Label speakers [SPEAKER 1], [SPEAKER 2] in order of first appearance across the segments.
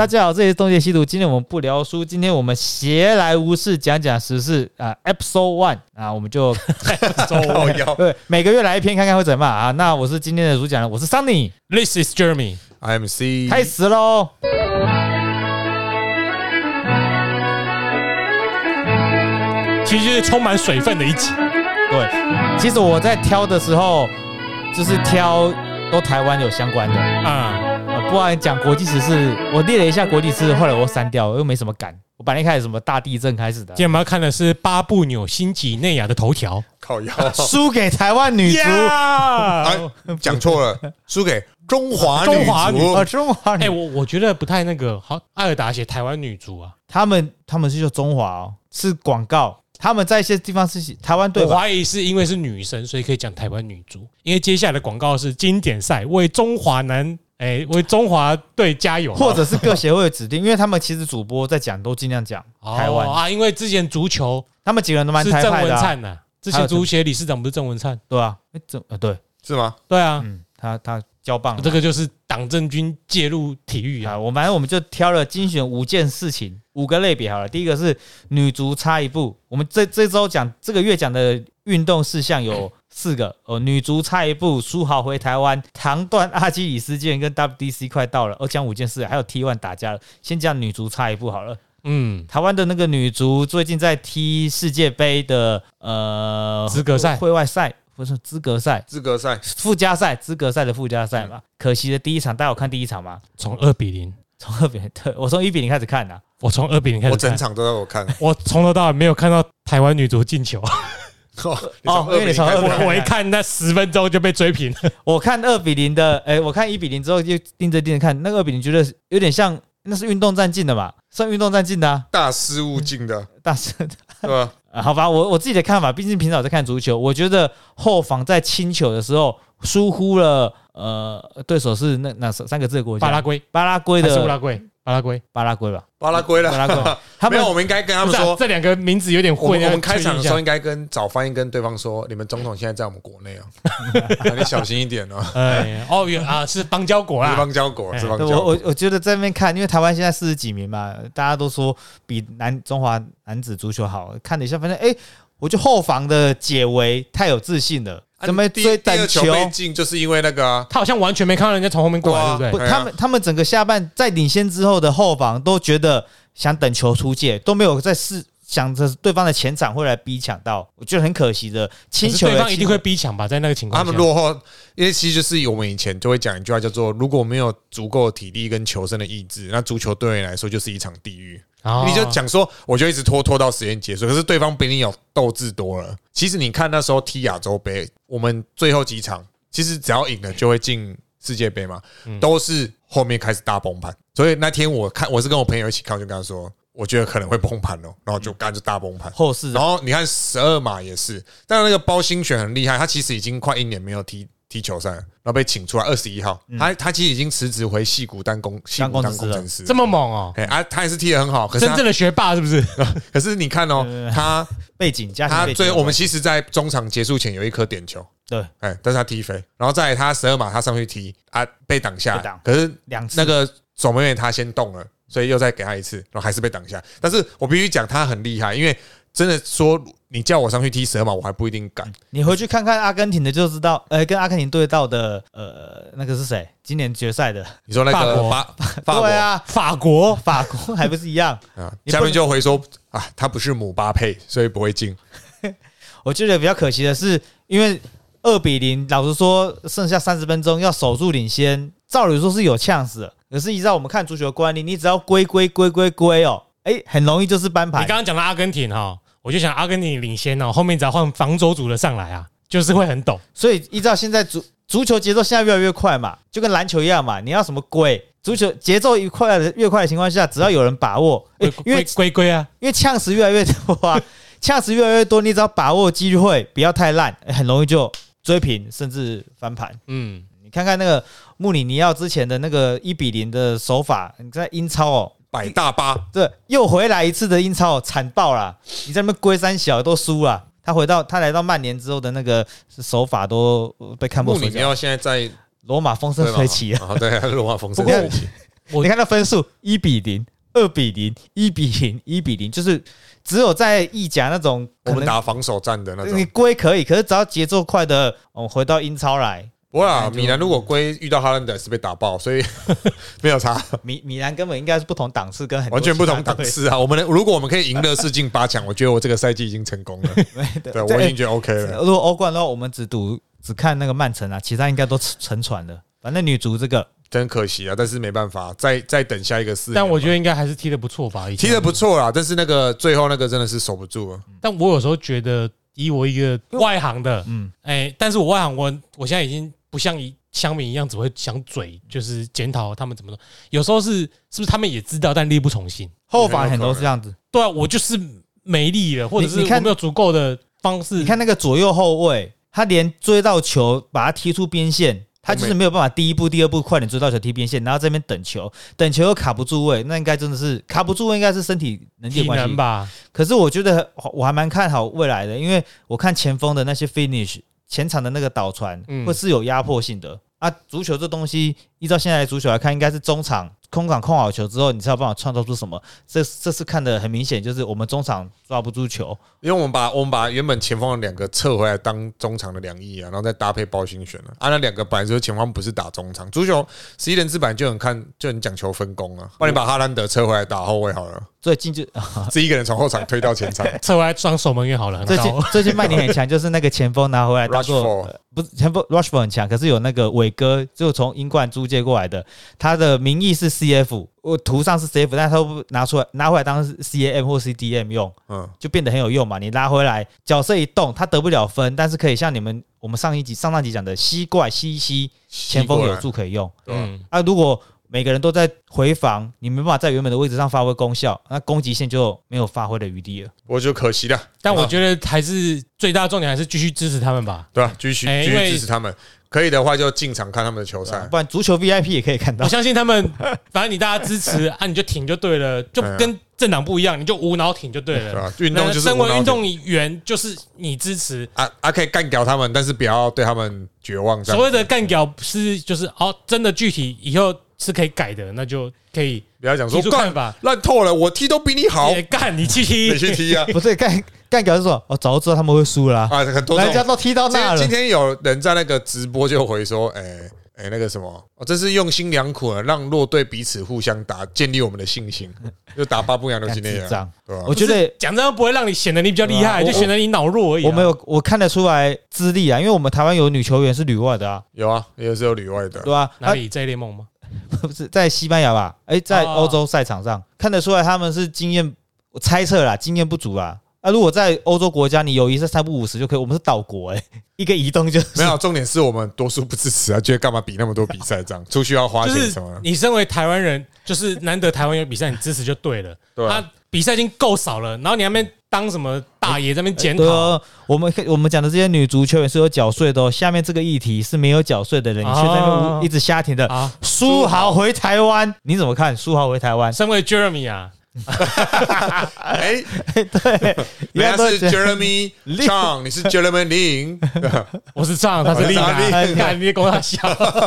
[SPEAKER 1] 大家好，这里是东邪西毒。今天我们不聊书，今天我们闲来无事讲讲时事啊、e p i s o d e One 啊，我们 就
[SPEAKER 2] 靠腰
[SPEAKER 1] 对每个月来一篇看看会怎么样啊。那我是今天的主讲人，我是 Sunny，
[SPEAKER 3] This is Jeremy。
[SPEAKER 2] i m C，
[SPEAKER 1] 开始喽。
[SPEAKER 3] 其实就是充满水分的一集。
[SPEAKER 1] 对，其实我在挑的时候，就是挑都台湾有相关的，
[SPEAKER 3] 啊、
[SPEAKER 1] 啊，不然讲国际时事，我列了一下国际时事，后来我删掉，我又没什么感。我本来一开始什么大地震开始的
[SPEAKER 3] 今，天我们要看的是巴布纽新几内亚的头条。
[SPEAKER 2] 靠腰，
[SPEAKER 1] 输给台湾啊女足，
[SPEAKER 2] 哎
[SPEAKER 3] Yeah！，
[SPEAKER 2] 讲错了，输给中华
[SPEAKER 3] 中华女
[SPEAKER 1] 哦，
[SPEAKER 2] 足。
[SPEAKER 1] 中华
[SPEAKER 3] 哎、
[SPEAKER 1] 女，
[SPEAKER 3] 我我觉得不太那个。好，艾尔达写台湾女足啊，
[SPEAKER 1] 他们他们是叫中华哦，是广告，他们在一些地方是台湾队
[SPEAKER 3] 我
[SPEAKER 1] 吧？
[SPEAKER 3] 怀疑是因为是女生，所以可以讲台湾女足。因为接下来的广告是经典赛，为中华男，哎、为中华队加油。
[SPEAKER 1] 或者是各协会的指定，因为他们其实主播在讲都尽量讲
[SPEAKER 3] 哦
[SPEAKER 1] 台湾，
[SPEAKER 3] 啊，因为之前足球
[SPEAKER 1] 他们几个人都蛮
[SPEAKER 3] 是
[SPEAKER 1] 台
[SPEAKER 3] 郑
[SPEAKER 1] 派
[SPEAKER 3] 文
[SPEAKER 1] 的啊，
[SPEAKER 3] 灿呐、之前足协理事长不是郑文灿？
[SPEAKER 1] 对啊，哎，怎呃对，
[SPEAKER 2] 是吗？
[SPEAKER 3] 对啊，
[SPEAKER 1] 嗯，他他交棒了
[SPEAKER 3] 这个就是党政军介入体育啊。
[SPEAKER 1] 啊，我反正我们就挑了精选五件事情，五个类别好了。第一个是女足差一步，我们这这周讲这个月讲的运动事项有四个哦，女足差一步，苏豪回台湾，唐段阿基里斯腱跟 WDC 快到了，哦，讲五件事，还有 T1 打架了。先讲女足差一步好了，
[SPEAKER 3] 嗯，
[SPEAKER 1] 台湾的那个女足最近在踢世界杯的呃
[SPEAKER 3] 资格赛
[SPEAKER 1] 会外赛，不是资格赛。
[SPEAKER 2] 资格赛
[SPEAKER 1] 附加赛、资格赛的附加赛
[SPEAKER 3] 嗯
[SPEAKER 1] 嘛，可惜的第一场，大家有看第一场吗？
[SPEAKER 3] 从二比零，
[SPEAKER 1] 从二比零，对 我从一比零开始看的、啊
[SPEAKER 3] 我从二比零开
[SPEAKER 2] 我
[SPEAKER 3] 始
[SPEAKER 2] 整
[SPEAKER 3] 看，
[SPEAKER 2] 场都在我看。
[SPEAKER 3] 我从头到尾没有看到台湾女足 进球，
[SPEAKER 2] 哦，
[SPEAKER 1] 哦因为你从
[SPEAKER 2] 二
[SPEAKER 1] 对
[SPEAKER 2] 比
[SPEAKER 3] 我我一看那十分钟就被追平了。
[SPEAKER 1] 我看二比零的，哎、我看一比零之后就盯着盯着看，那个二比零觉得有点像，那是运动战进的嘛，算运动战进的、啊，
[SPEAKER 2] 大失误进的，
[SPEAKER 1] 大是、
[SPEAKER 2] 对吧？
[SPEAKER 1] 啊好吧，我我自己的看法，毕竟平常有在看足球，我觉得后防在清球的时候疏忽了，呃，对手是那那三个字的国家，
[SPEAKER 3] 巴拉圭
[SPEAKER 1] 巴拉圭
[SPEAKER 3] 还是乌拉
[SPEAKER 1] 的
[SPEAKER 3] 圭？巴拉圭，
[SPEAKER 1] 巴拉圭吧，
[SPEAKER 2] 巴拉圭
[SPEAKER 1] 巴拉圭
[SPEAKER 2] 了。，
[SPEAKER 1] 他
[SPEAKER 2] 没
[SPEAKER 1] 们
[SPEAKER 2] 有，我们应该跟他
[SPEAKER 3] 不
[SPEAKER 2] 们
[SPEAKER 3] 是啊
[SPEAKER 2] 说，
[SPEAKER 3] 这两个名字有点
[SPEAKER 2] 我
[SPEAKER 3] 混。
[SPEAKER 2] 们我们开场的时候
[SPEAKER 3] 要
[SPEAKER 2] 应该跟早翻译跟对方说，你们总统现在在我们国内哦，啊你小心一点哦，
[SPEAKER 3] 确认一下，哎，哦，原啊是邦交国
[SPEAKER 2] 是
[SPEAKER 3] 啦，
[SPEAKER 2] 邦交国，是邦
[SPEAKER 1] 对
[SPEAKER 2] 交
[SPEAKER 1] 我
[SPEAKER 2] 国
[SPEAKER 1] 我。我觉得在那边看，因为台湾现在四十几名嘛，大家都说比男中华男子足球好看了一下，发现哎，我就后防的解围太有自信了，
[SPEAKER 2] 啊
[SPEAKER 1] 怎么
[SPEAKER 2] 第
[SPEAKER 1] 追
[SPEAKER 2] 第
[SPEAKER 1] 等
[SPEAKER 2] 二球被进，就是因为那个啊
[SPEAKER 3] 他好像完全没看到人家从后面过来，
[SPEAKER 2] 对啊
[SPEAKER 3] 对不
[SPEAKER 1] 不，
[SPEAKER 3] 对？
[SPEAKER 2] 哎呀
[SPEAKER 1] 他们他们整个下半在领先之后的后防都觉得想等球出界，都没有在试想着对方的前场会来逼抢到，我觉得很可惜的。
[SPEAKER 3] 可
[SPEAKER 1] 轻
[SPEAKER 3] 是
[SPEAKER 1] 球
[SPEAKER 3] 对
[SPEAKER 1] 也
[SPEAKER 3] 方一定
[SPEAKER 1] 轻
[SPEAKER 3] 会逼抢吧，在那个情况
[SPEAKER 2] 啊他
[SPEAKER 3] 下，
[SPEAKER 2] 们落后，因为其实就是我们以前就会讲一句话，叫做“如果没有足够的体力跟求生的意志，那足球对你来说就是一场地狱。”
[SPEAKER 3] 哦
[SPEAKER 2] 你就讲说，我就一直拖拖到时间结束，可是对方比你有斗志多了。其实你看那时候踢亚洲杯，我们最后几场其实只要赢了就会进世界杯嘛，都是后面开始大崩盘。所以那天我看我是跟我朋友一起看，我就跟他说，我觉得可能会崩盘哦，然后就干就大崩盘。
[SPEAKER 1] 后市
[SPEAKER 2] 然后你看十二码也是，但是那个包新选很厉害，他其实已经快一年没有踢踢球赛了，然后被请出来二十一号，他他其实已经辞职回戏谷当工戏谷
[SPEAKER 1] 当
[SPEAKER 2] 当
[SPEAKER 1] 工
[SPEAKER 2] 工
[SPEAKER 1] 程
[SPEAKER 2] 程师
[SPEAKER 3] 这。么猛哦，
[SPEAKER 2] 哎啊，他也是踢得很好，可是
[SPEAKER 3] 真
[SPEAKER 2] 他
[SPEAKER 3] 正的学霸是不是？
[SPEAKER 2] 可是你看哦，他
[SPEAKER 1] 背景加上
[SPEAKER 2] 他
[SPEAKER 1] 背景
[SPEAKER 2] 最我们其实，在中场结束前有一颗点球，
[SPEAKER 1] 对
[SPEAKER 2] 哎，但是他踢飞，然后再来他十二码他上去踢啊，被挡下
[SPEAKER 1] 被挡
[SPEAKER 2] 来，可是
[SPEAKER 1] 两次
[SPEAKER 2] 那个守门员他先动了，所以又再给他一次，然后还是被挡下。但是我必须讲他很厉害，因为真的说你叫我上去踢十二码，我还不一定敢。
[SPEAKER 1] 你回去看看阿根廷的就知道，呃，跟阿根廷对到的呃那个是谁？今年决赛的，
[SPEAKER 2] 你说那
[SPEAKER 3] 法
[SPEAKER 2] 个
[SPEAKER 3] 国
[SPEAKER 2] 法法国
[SPEAKER 1] 对啊，
[SPEAKER 3] 法国
[SPEAKER 1] 法国还不是一样？
[SPEAKER 2] 啊，
[SPEAKER 1] 你不
[SPEAKER 2] 下
[SPEAKER 1] 能
[SPEAKER 2] 面就回说啊，他不是姆巴佩，所以不会进。
[SPEAKER 1] 我觉得比较可惜的是，因为二比零，老实说，剩下三十分钟要守住领先，照理说是有 chance 的。可是依照我们看足球的惯例，你只要归归归归归哦，哎、很容易就是扳
[SPEAKER 3] 你
[SPEAKER 1] 牌。
[SPEAKER 3] 刚刚讲到阿根廷哈，我就想阿根廷领先哦，后面只要换防守组的上来啊，就是会很抖。
[SPEAKER 1] 所以依照现在足足球节奏现在越来越快嘛，就跟篮球一样嘛，你要什么归？足球节奏越快的越快的情况下，只要有人把握，哎
[SPEAKER 3] 龟
[SPEAKER 1] 因为
[SPEAKER 3] 龟龟龟啊，
[SPEAKER 1] 因为呛死越来越多啊，呛死越来越多，你只要把握机会，不要太烂，哎很容易就追平甚至翻盘。
[SPEAKER 3] 嗯，
[SPEAKER 1] 你看看那个穆里尼奥之前的那个一比零的手法，你在英超哦，
[SPEAKER 2] 百大巴
[SPEAKER 1] 这又回来一次的英超、哦、惨爆啦！你在那边龟三小都输了，他回到他来到曼联之后的那个手法都呃被看破
[SPEAKER 2] 穆
[SPEAKER 1] 手
[SPEAKER 2] 里尼
[SPEAKER 1] 脚，
[SPEAKER 2] 奥现在在
[SPEAKER 1] 罗马风生
[SPEAKER 2] 对
[SPEAKER 1] 水起啊！
[SPEAKER 2] 吗？啊，对，他是罗马风
[SPEAKER 1] 不
[SPEAKER 2] 生
[SPEAKER 1] 过
[SPEAKER 2] 水起。
[SPEAKER 3] 我
[SPEAKER 1] 你看那分数一比零、二比零、一比零、一比零，就是只有在意甲那种可
[SPEAKER 2] 我们
[SPEAKER 1] 能
[SPEAKER 2] 打防守战的那
[SPEAKER 1] 你
[SPEAKER 2] 种。
[SPEAKER 1] 归可以，可是只要节奏快的，哦，回到英超来，
[SPEAKER 2] 不会啊，米兰如果归遇到哈兰德是被打爆，所以 没有差，
[SPEAKER 1] 米 米兰根本应该是不同档次，跟很多
[SPEAKER 2] 完全不同
[SPEAKER 1] 其他
[SPEAKER 2] 档
[SPEAKER 1] 队。
[SPEAKER 2] 次啊。我们如果我们可以赢热四进八强，我觉得我这个赛季已经成功了。
[SPEAKER 1] 对
[SPEAKER 2] 对，
[SPEAKER 1] 这
[SPEAKER 2] 我已经觉得 OK 了。
[SPEAKER 1] 如果欧冠的话，我们只赌只看那个曼城啊，其他应该都沉船了。反正女足这个
[SPEAKER 2] 真可惜啊，但是没办法，再再等下一个四年吧。
[SPEAKER 3] 但我觉得应该还是踢得不错吧，以前
[SPEAKER 2] 踢得不错啦，但是那个最后那个真的是守不住啊。
[SPEAKER 3] 但我有时候觉得，以我一个外行的，
[SPEAKER 1] 嗯
[SPEAKER 3] 嗯，哎，但是我外行，我我现在已经不像以乡民一样只会想嘴，就是检讨他们怎么弄。有时候是是不是他们也知道，但力不从心？
[SPEAKER 1] 后防很多是这样子。
[SPEAKER 3] 对啊，我就是没力了，或者是
[SPEAKER 1] 你看
[SPEAKER 3] 我没有足够的方式。
[SPEAKER 1] 你看那个左右后卫，他连追到球，把他踢出边线，他就是没有办法第一步、第二步快点追到球踢边线，然后这边等球，等球又卡不住位，那应该真的是卡不住位，应该是身体能力
[SPEAKER 3] 体
[SPEAKER 1] 的关
[SPEAKER 3] 能
[SPEAKER 1] 系。
[SPEAKER 3] 吧，
[SPEAKER 1] 可是我觉得我还蛮看好未来的，因为我看前锋的那些 finish，前场的那个倒传，
[SPEAKER 3] 嗯
[SPEAKER 1] 会是有压迫性的。啊，足球这东西，依照现在的足球来看，应该是中场空场控好球之后，你才有办法创造出什么。这这次看的很明显，就是我们中场抓不住球，
[SPEAKER 2] 因为我们把我们把原本前锋的两个撤回来当中场的两翼啊，然后再搭配包心选了啊。那两个本来就是前锋不是打中场，足球十一人制版就很看就很讲求分工啊。不然你把哈兰德撤回来打后卫好了，
[SPEAKER 1] 最近就
[SPEAKER 2] 自己一个人从后场推到 前场。
[SPEAKER 3] 撤回来装守门员好了，很
[SPEAKER 1] 哎最近
[SPEAKER 3] 高。
[SPEAKER 1] 最近曼联很强，就是那个前锋拿回来当做
[SPEAKER 2] Rashford
[SPEAKER 1] 呃不是前锋 Rushford 很强，可是有那个伟哥就从英冠租借过来的，他的名义是 CF，我图上是 CF，但他都拿出来拿回来当 CAM 或 CDM 用，
[SPEAKER 2] 嗯，
[SPEAKER 1] 就变得很有用嘛。你拉回来角色一动，他得不了分，但是可以像你们我们上一集上上集讲的吸怪吸一吸，前锋有助可以用
[SPEAKER 2] 对吧，
[SPEAKER 3] 嗯，
[SPEAKER 1] 啊。如果每个人都在回防，你没办法在原本的位置上发挥功效，那攻击线就没有发挥的余地了。
[SPEAKER 2] 我就可惜了，
[SPEAKER 3] 但我觉得还是最大的重点还是继续支持他们吧。
[SPEAKER 2] 对吧？继续
[SPEAKER 3] 哎
[SPEAKER 2] 继
[SPEAKER 3] 因为
[SPEAKER 2] 续支持他们，可以的话就进场看他们的球赛。
[SPEAKER 1] 不然足球 VIP 也可以看到
[SPEAKER 3] 我。相信他们， 反正你大家支持啊，你就挺就对了，
[SPEAKER 1] 嗯
[SPEAKER 3] 就
[SPEAKER 2] 对啊
[SPEAKER 3] 跟政党不一样，你就无脑挺就对
[SPEAKER 1] 啊
[SPEAKER 2] 对
[SPEAKER 3] 了。
[SPEAKER 2] 吧？运动就是
[SPEAKER 3] 身
[SPEAKER 2] 无
[SPEAKER 3] 为
[SPEAKER 2] 脑
[SPEAKER 3] 运动员，就是你支持。
[SPEAKER 2] 啊啊，可以干掉他们，但是不要对他们绝望。这样
[SPEAKER 3] 所谓的干掉是就是哦，真的具体以后是可以改的，那就可以
[SPEAKER 2] 不要讲说
[SPEAKER 3] 提出
[SPEAKER 2] 干
[SPEAKER 3] 看法
[SPEAKER 2] 烂透了，我踢都比你好，
[SPEAKER 3] 也干你去
[SPEAKER 2] 你 去
[SPEAKER 3] 踢。
[SPEAKER 2] 踢啊
[SPEAKER 1] 不是干干搞是说，我早就知道他们会输啦、
[SPEAKER 2] 啊！很多
[SPEAKER 1] 人
[SPEAKER 2] 这
[SPEAKER 1] 家
[SPEAKER 2] 种。
[SPEAKER 1] 都踢到
[SPEAKER 2] 今
[SPEAKER 1] 那
[SPEAKER 2] 天
[SPEAKER 1] 了
[SPEAKER 2] 今。天有人在那个直播就回说，哎、哎、那个什么，哦，这是用心良苦了，啊让弱队彼此互相打，建立我们的信心，就打八不洋的 今天
[SPEAKER 1] 干智
[SPEAKER 2] 也，
[SPEAKER 1] 障，
[SPEAKER 2] 对吧、啊
[SPEAKER 1] 我觉得
[SPEAKER 3] 讲这样不会让你显得你比较厉害，
[SPEAKER 1] 对啊
[SPEAKER 3] 就显得你脑弱而已啊。
[SPEAKER 1] 我们有我看得出来资历啊，因为我们台湾有女球员是旅外的啊，
[SPEAKER 2] 有啊，也是有里外的
[SPEAKER 1] 对，吧、啊？
[SPEAKER 3] 哪里在联盟吗？
[SPEAKER 1] 不是在西班牙吧？哎、在
[SPEAKER 3] 哦
[SPEAKER 1] 欧洲赛场上看得出来他们是经验，我猜测啦，经验不足啦。啊，如果在欧洲国家，你友谊是三不五十就可以，我们是岛国哎、 一个移动就是
[SPEAKER 2] 没有，重点是我们多数不支持啊，觉得干嘛比那么多比赛这样，出去要花
[SPEAKER 3] 就
[SPEAKER 2] 钱
[SPEAKER 3] 是
[SPEAKER 2] 什 么的，
[SPEAKER 3] 你身为台湾人，就是难得台湾有比赛，你支持就对了。
[SPEAKER 2] 对啊
[SPEAKER 3] 啊，比赛已经够少了，然后你还没当什么大爷在那边检
[SPEAKER 1] 对
[SPEAKER 2] 啊
[SPEAKER 3] 讨，
[SPEAKER 1] 哦，我们我们讲的这些女足球员是有缴税的哦。下面这个议题是没有缴税的人，你却在那边
[SPEAKER 3] 哦
[SPEAKER 1] 无一直瞎停的。
[SPEAKER 3] 啊，
[SPEAKER 1] 苏豪回台湾，你怎么看？苏豪回台湾，
[SPEAKER 3] 身为 Jeremy 啊，
[SPEAKER 2] 哎、
[SPEAKER 1] 原来
[SPEAKER 2] 原来
[SPEAKER 1] 都
[SPEAKER 2] 是 Jeremy
[SPEAKER 1] Lin
[SPEAKER 2] Chang，你是 Jeremy Lin，
[SPEAKER 3] 我是仗，他是丽
[SPEAKER 2] 我 是
[SPEAKER 1] 张
[SPEAKER 3] 娜，
[SPEAKER 1] 丽
[SPEAKER 3] 你看你也跟我笑，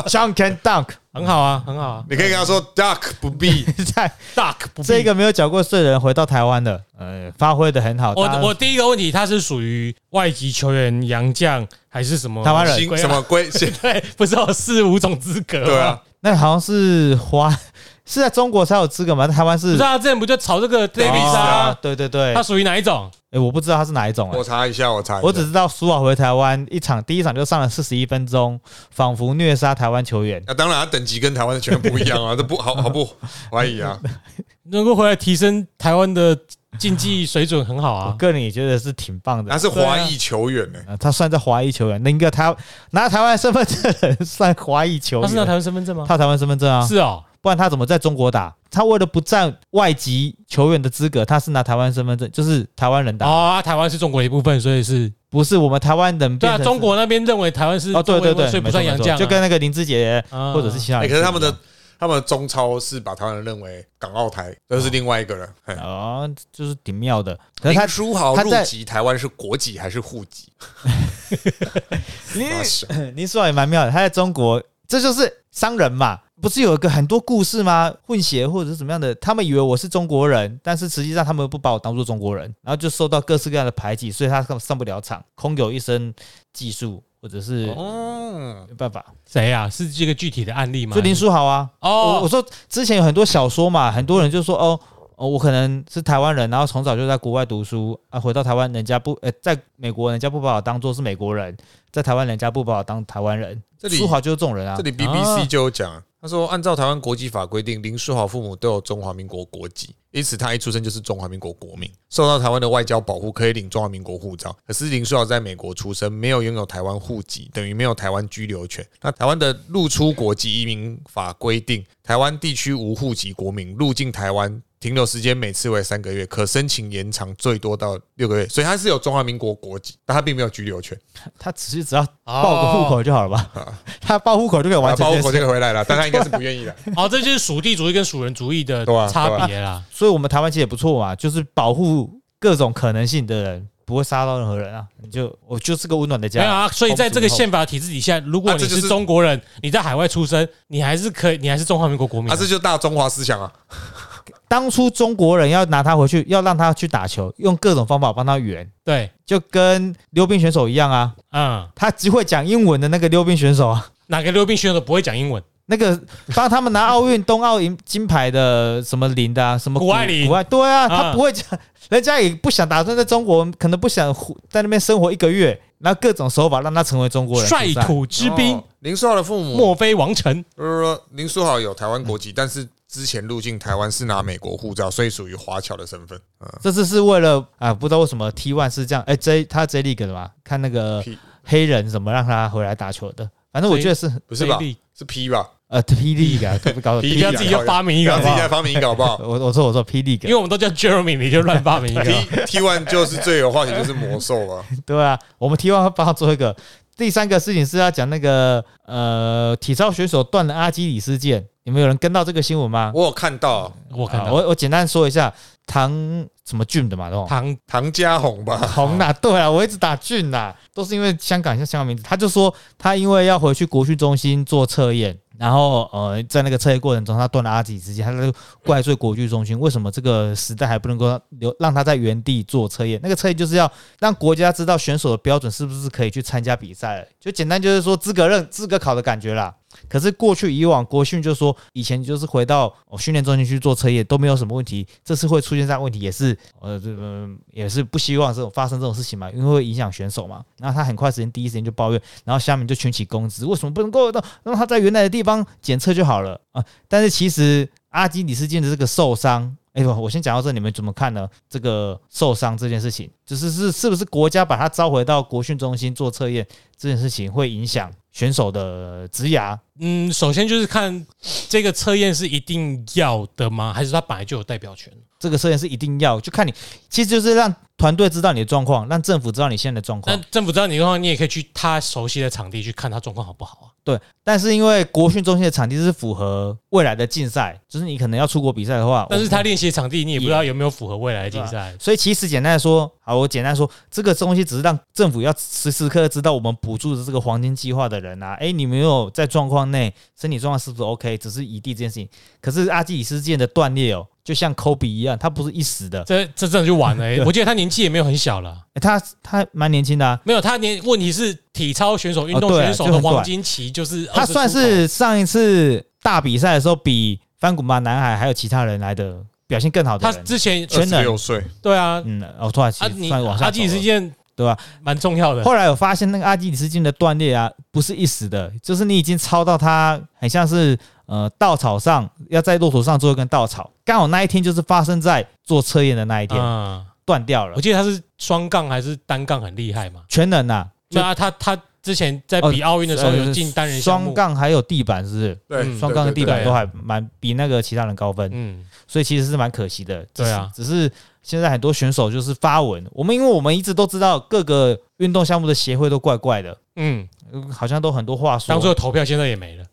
[SPEAKER 1] John can dunk，
[SPEAKER 3] 很好啊，很好啊
[SPEAKER 2] 你可以跟他说 Duck 不必，
[SPEAKER 1] 在
[SPEAKER 3] ，Duck 不必
[SPEAKER 1] 这个没有缴过税的人回到台湾的，呃，发挥的很好。大家
[SPEAKER 3] 我我第一个问题，他是属于外籍球员、洋将还是什么
[SPEAKER 1] 台湾人
[SPEAKER 2] 新什么归新，
[SPEAKER 3] 对，不是有四五种资格吗？
[SPEAKER 2] 对啊，
[SPEAKER 1] 那好像是华是在中国才有资格吗？在台湾
[SPEAKER 3] 不
[SPEAKER 1] 是
[SPEAKER 3] 是啊，之前不就炒这个 Davis
[SPEAKER 1] 啊
[SPEAKER 3] 啊？
[SPEAKER 1] 对对对，
[SPEAKER 3] 他
[SPEAKER 1] 哎、
[SPEAKER 3] 属于哪一种？
[SPEAKER 1] 我不知道他是哪一种、哎
[SPEAKER 2] 我查一下，我查一下，
[SPEAKER 1] 我只知道苏豪回台湾一场，第一场就上了四十一分钟，仿佛虐杀台湾球员。
[SPEAKER 2] 那、啊当然，他等级跟台湾的全部不 一样啊，这不好好不怀疑啊。
[SPEAKER 3] 能够回来提升台湾的竞技水准，很好
[SPEAKER 1] 我
[SPEAKER 3] 啊。
[SPEAKER 1] 个人也觉得是挺棒的
[SPEAKER 2] 他。是华裔球员欸呢、
[SPEAKER 1] 呃他算在华裔球员，那一个台拿台湾身份证的人算华裔球
[SPEAKER 3] 他是拿台
[SPEAKER 1] 员，
[SPEAKER 3] 湾身份证吗？
[SPEAKER 1] 他有台湾身份证啊，
[SPEAKER 3] 是哦，
[SPEAKER 1] 不然他怎么在中国打？他为了不占外籍球员的资格，他是拿台湾身份证，就是台湾人打，
[SPEAKER 3] 啊，台湾是中国的一部分，所以是
[SPEAKER 1] 不是我们台湾人
[SPEAKER 3] 对
[SPEAKER 1] 变
[SPEAKER 3] 啊。
[SPEAKER 1] 成是。
[SPEAKER 3] 中国那边认为台湾是
[SPEAKER 1] 哦，对
[SPEAKER 3] 中国
[SPEAKER 1] 对
[SPEAKER 3] 一部分
[SPEAKER 1] 对，
[SPEAKER 3] 所以不算
[SPEAKER 1] 没错
[SPEAKER 3] 洋
[SPEAKER 1] 没错
[SPEAKER 3] 将啊，
[SPEAKER 1] 就跟那个林志杰
[SPEAKER 3] 啊
[SPEAKER 1] 或者是其他
[SPEAKER 2] 欸
[SPEAKER 1] 人不
[SPEAKER 2] 可
[SPEAKER 1] 一
[SPEAKER 2] 是
[SPEAKER 1] 样，
[SPEAKER 2] 他们的他们的中超是把台湾人认为港澳台，这是另外一个人。嘿
[SPEAKER 1] 哦，就是挺妙的。可是
[SPEAKER 2] 林
[SPEAKER 1] 他
[SPEAKER 2] 书豪
[SPEAKER 1] 他在
[SPEAKER 2] 入籍台湾是国籍还是户籍？
[SPEAKER 1] 林
[SPEAKER 2] 妈小
[SPEAKER 1] 嗯林书豪也蛮妙的，他在中国，这就是商人嘛。不是有一个很多故事吗？混血或者是怎么样的，他们以为我是中国人，但是实际上他们不把我当做中国人，然后就受到各式各样的排挤，所以他上上不了场，空有一身技术或者是
[SPEAKER 2] 哦，
[SPEAKER 1] 没办法。
[SPEAKER 3] 谁啊？是这个具体的案例吗？
[SPEAKER 1] 就林书豪啊，我我
[SPEAKER 3] 哦，
[SPEAKER 1] 说之前有很多小说嘛，很多人就说哦。哦，我可能是台湾人，然后从早就在国外读书啊，回到台湾，人家不呃，在美国人家不把我当做是美国人，在台湾人家不把我当台湾人，
[SPEAKER 2] 这里
[SPEAKER 1] 书豪就是这种人啊
[SPEAKER 2] 这。里 BBC 就有讲，啊他说按照台湾国籍法规定，林书豪父母都有中华民国国籍，因此他一出生就是中华民国国民，受到台湾的外交保护，可以领中华民国护照。可是林书豪在美国出生，没有拥有台湾户籍，等于没有台湾居留权。那台湾的入出国及移民法规定，台湾地区无户籍国民入境台湾。停留时间每次为三个月，可申请延长最多到六个月，所以他是有中华民国国籍，但他并没有居留权。
[SPEAKER 1] 他只是只要报个户口就好了吧？
[SPEAKER 2] 哦
[SPEAKER 1] 他报户口就可以完
[SPEAKER 2] 啊，
[SPEAKER 1] 成
[SPEAKER 2] 包
[SPEAKER 1] 这
[SPEAKER 2] 括
[SPEAKER 1] 件事。
[SPEAKER 2] 国这个回来了，但他应该是不愿意的。
[SPEAKER 3] 哦，这就是属地主义跟属人主义的
[SPEAKER 2] 对啊
[SPEAKER 3] 差别啦。
[SPEAKER 1] 所以我们台湾其实也不错嘛，就是保护各种可能性的人，不会杀到任何人啊。你就我就是个温暖的
[SPEAKER 3] 没有
[SPEAKER 1] 家。
[SPEAKER 3] 啊，所以在这个宪法体制底下，如果
[SPEAKER 2] 啊
[SPEAKER 3] 你
[SPEAKER 2] 这就是
[SPEAKER 3] 是中国人，你在海外出生，你还是可以，你还是中华民国国民
[SPEAKER 2] 啊，
[SPEAKER 3] 啊。
[SPEAKER 2] 这就大中华思想啊！
[SPEAKER 1] 当初中国人要拿他回去，要让他去打球，用各种方法帮他圆，
[SPEAKER 3] 对，
[SPEAKER 1] 就跟溜冰选手一样啊。
[SPEAKER 3] 嗯，
[SPEAKER 1] 他只会讲英文的那个溜冰选手啊，
[SPEAKER 3] 哪个溜冰选手不会讲英文？
[SPEAKER 1] 那个帮他们拿奥运、冬奥银金牌的什么林的啊，什么
[SPEAKER 3] 谷爱凌
[SPEAKER 1] 古爱对啊，
[SPEAKER 3] 嗯
[SPEAKER 1] 他不会讲，人家也不想打算在中国，可能不想活在那边生活一个月，然后各种手法让他成为中国人。
[SPEAKER 3] 率土之滨
[SPEAKER 2] 哦，林书豪的父母，
[SPEAKER 3] 莫非王臣？
[SPEAKER 2] 就是说林书豪有台湾国籍，但是之前入境台湾是拿美国护照，所以属于华侨的身份。嗯，
[SPEAKER 1] 这次是为了啊，不知道为什么 T One 是这样，哎、j 他 J League 的嘛，看那个
[SPEAKER 2] P
[SPEAKER 1] 黑人怎么让他回来打球的，反正我觉得是
[SPEAKER 2] 不是吧
[SPEAKER 3] 这一例？
[SPEAKER 2] 是 P 吧？
[SPEAKER 1] 呃 P League 啊，搞搞
[SPEAKER 2] P
[SPEAKER 3] 你不要自己要发明一
[SPEAKER 2] 你
[SPEAKER 3] 个
[SPEAKER 2] 要
[SPEAKER 3] 好
[SPEAKER 2] 自
[SPEAKER 3] 不
[SPEAKER 2] 己
[SPEAKER 3] 好？
[SPEAKER 2] 再发明一个好不好
[SPEAKER 1] 我我说我说 P
[SPEAKER 3] 因
[SPEAKER 1] League，啊
[SPEAKER 3] 为我们都叫 Jeremy，你就乱发明一个。
[SPEAKER 2] ？T T one 就是最有话题，就是魔兽了。
[SPEAKER 1] 对啊，我们 T One 帮他做一个。第三个事情是要讲那个呃体操选手断了阿基里斯腱，你们有人跟到这个新闻吗？
[SPEAKER 2] 我有看到
[SPEAKER 3] 我看
[SPEAKER 1] 啊
[SPEAKER 3] 到
[SPEAKER 1] 我我简单说一下，唐什么俊的嘛，对哦吧？
[SPEAKER 3] 唐
[SPEAKER 2] 唐家红吧？
[SPEAKER 1] 红啦，对啊，我一直打俊啦，都是因为香港像香港名字。他就说他因为要回去国训中心做测验，然后呃，在那个测验过程中他断了阿几之间，他就怪罪国训中心为什么这个时代还不能够留让他在原地做测验。那个测验就是要让国家知道选手的标准是不是可以去参加比赛了，就简单就是说资格认资格考的感觉啦。可是过去以往国训就说，以前就是回到哦训练中心去做测验都没有什么问题，这次会出现这样的问题也是呃这嗯也是不希望这种发生这种事情嘛，因为会影响选手嘛。然后他很快时间第一时间就抱怨，然后下面就群起攻之，为什么不能够让让他在原来的地方检测就好了啊？但是其实阿基里斯腱的这个受伤。哎呦，我先讲到这，你们怎么看呢？这个受伤这件事情，就是是是不是国家把他召回到国训中心做测验这件事情，会影响选手的职涯？
[SPEAKER 3] 嗯，首先就是看这个测验是一定要的吗？还是他本来就有代表权？
[SPEAKER 1] 这个摄影师一定要，就看你，其实就是让团队知道你的状况，让政府知道你现在的状
[SPEAKER 3] 那
[SPEAKER 1] 况。
[SPEAKER 3] 政府知道你的话，你也可以去他熟悉的场地去看他状况好不好啊？
[SPEAKER 1] 对，但是因为国训中心的场地是符合未来的竞赛，就是你可能要出国比赛的话，
[SPEAKER 3] 但是
[SPEAKER 1] 我
[SPEAKER 3] 他练习的场地你也不知道有没有符合未来的竞赛。
[SPEAKER 1] 所以其实简单来说，好，我简单说，这个东西只是让政府要时时刻刻知道我们补助的这个黄金计划的人啊，哎，你没有在状况内，身体状况是不是 OK？只是移地这件事情，可是阿基里斯腱的断裂哦，就像科比一样，他不是一时的，
[SPEAKER 3] 这这真的就 完了、欸。我记得他年纪也没有很小了，
[SPEAKER 1] 诶他他蛮年轻的啊，
[SPEAKER 3] 没有他年问题是体操选手、运动
[SPEAKER 1] 哦对啊
[SPEAKER 3] 选手
[SPEAKER 1] 就
[SPEAKER 3] 的
[SPEAKER 1] 很短
[SPEAKER 3] 黄金期就是
[SPEAKER 1] 他
[SPEAKER 3] 20
[SPEAKER 1] 算是上一次大比赛的时候，比翻滚吧男孩还有其他人来的表现更好
[SPEAKER 3] 出头
[SPEAKER 1] 的
[SPEAKER 3] 他
[SPEAKER 1] 人。
[SPEAKER 3] 之前
[SPEAKER 1] 全能
[SPEAKER 2] 六岁，
[SPEAKER 3] 对啊，
[SPEAKER 1] 嗯，哦，突然
[SPEAKER 3] 啊
[SPEAKER 1] 间
[SPEAKER 3] 你
[SPEAKER 1] 算往
[SPEAKER 3] 他
[SPEAKER 1] 下
[SPEAKER 3] 自
[SPEAKER 1] 走
[SPEAKER 3] 己是一
[SPEAKER 1] 了。
[SPEAKER 3] 件
[SPEAKER 1] 对吧
[SPEAKER 3] 蛮重要的。
[SPEAKER 1] 后来我发现那个阿基里斯腱的断裂啊，不是一时的，就是你已经超到他，很像是呃稻草上要在骆驼上做一根稻草，刚好那一天就是发生在做测验的那一天，
[SPEAKER 3] 嗯，
[SPEAKER 1] 断掉了
[SPEAKER 3] 我。记得他是双杠还是单杠很厉害嘛？
[SPEAKER 1] 全能呐、
[SPEAKER 3] 对啊，他他之前在比奥运的时候有进单人项
[SPEAKER 1] 哦
[SPEAKER 3] 目
[SPEAKER 1] 呃双，杠还有地板，是不是？
[SPEAKER 2] 对，
[SPEAKER 3] 嗯
[SPEAKER 1] 双杠跟地板
[SPEAKER 3] 对
[SPEAKER 1] 都还蛮比那个其他人高分。
[SPEAKER 3] 嗯，
[SPEAKER 1] 所以其实是蛮可惜的。只
[SPEAKER 3] 对啊
[SPEAKER 1] 是只是现在很多选手就是发文，我们因为我们一直都知道各个运动项目的协会都怪怪的，
[SPEAKER 3] 嗯，
[SPEAKER 1] 嗯好像都很多话说。
[SPEAKER 3] 当初的投票现在也没了。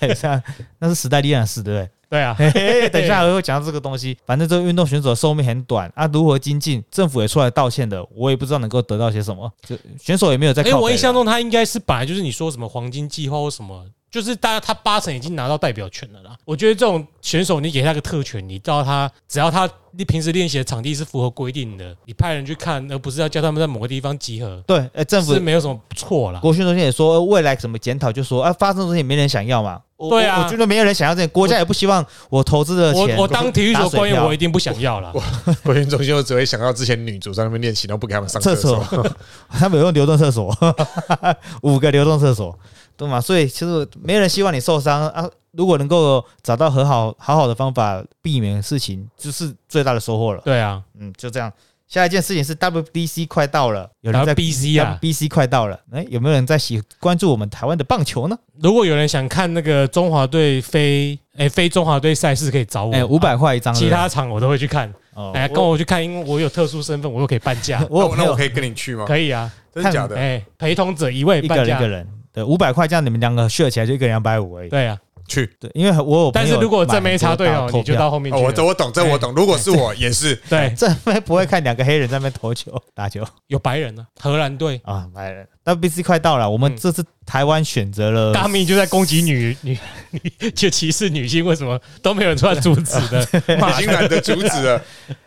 [SPEAKER 1] 嘿 像那是时代力量的事，对不对？
[SPEAKER 3] 对啊，
[SPEAKER 1] 嘿嘿嘿等一下还会讲到这个东西。反正这个运动选手的寿命很短啊，如何精进，政府也出来道歉的，我也不知道能够得到些什么。就选手也没有在
[SPEAKER 3] 因为
[SPEAKER 1] 靠北啦。
[SPEAKER 3] 我印象中他应该是本来就是你说什么黄金计划或什么，就是大家他八成已经拿到代表权了啦。我觉得这种选手，你给他个特权，你到他只要他平时练习的场地是符合规定的，你派人去看，而不是要叫他们在某个地方集合，
[SPEAKER 1] 对，呃，政府
[SPEAKER 3] 是没有什么错啦。
[SPEAKER 1] 国训中心也说，呃未来怎么检讨，就说啊，发生这种事情没人想要嘛。我
[SPEAKER 3] 对啊
[SPEAKER 1] 我我觉得没有人想要这些，国家也不希望我投资的
[SPEAKER 3] 我
[SPEAKER 1] 钱。
[SPEAKER 3] 我当体育所官员，
[SPEAKER 1] 打水漂
[SPEAKER 3] 我一定不想要啦。
[SPEAKER 2] 国训中心我只会想到之前女主在那边练习，然后不给他们上
[SPEAKER 1] 厕所， 他们有用流动厕所，五个流动厕所，对吗？所以其实没人希望你受伤啊。如果能够找到很好好好的方法避免事情，就是最大的收获了。
[SPEAKER 3] 对啊，
[SPEAKER 1] 嗯，就这样。下一件事情是 WBC 快到了，有人在
[SPEAKER 3] WBC 啊
[SPEAKER 1] WBC 快到了，哎、有没有人在喜关注我们台湾的棒球呢？
[SPEAKER 3] 如果有人想看那个中华队非诶非中华队赛事，可以找我。啊
[SPEAKER 1] 哎、五百块一张，
[SPEAKER 3] 哦其他场我都会去看，
[SPEAKER 1] 哦，
[SPEAKER 3] 哎，跟我去看，因为我有特殊身份，我又可以半价
[SPEAKER 1] 我有
[SPEAKER 2] 那
[SPEAKER 1] 朋
[SPEAKER 2] 那
[SPEAKER 1] 友
[SPEAKER 2] 我可以跟你去吗？
[SPEAKER 3] 可以啊，
[SPEAKER 2] 真的假的？
[SPEAKER 3] 哎，陪同者一位
[SPEAKER 1] 一个
[SPEAKER 3] 半
[SPEAKER 1] 人
[SPEAKER 3] 价
[SPEAKER 1] 一个，人，对，五百块这样你们两个 share 起来就一个人两百五而已。
[SPEAKER 3] 对啊。
[SPEAKER 2] 去。
[SPEAKER 1] 对，因为我有朋友买很多大，
[SPEAKER 3] 但是如果这没插队哦，
[SPEAKER 1] 投
[SPEAKER 3] 你就
[SPEAKER 1] 票
[SPEAKER 3] 到后面
[SPEAKER 2] 哦，
[SPEAKER 3] 去
[SPEAKER 2] 我
[SPEAKER 3] 了。
[SPEAKER 2] 懂，我懂，这我
[SPEAKER 1] 哎
[SPEAKER 2] 懂。如果是我，也是
[SPEAKER 3] 对，
[SPEAKER 1] 这边不会看两个黑人在那边投球 打球
[SPEAKER 3] 有白人呢，荷兰队
[SPEAKER 1] 啊，白人。WBC 快到了，我们
[SPEAKER 3] 嗯
[SPEAKER 1] 这次台湾选择了
[SPEAKER 3] 大咪就在攻击女 女，女就歧视女性，为什么都没有人出来阻止 呢？
[SPEAKER 2] 已经懒得阻止了。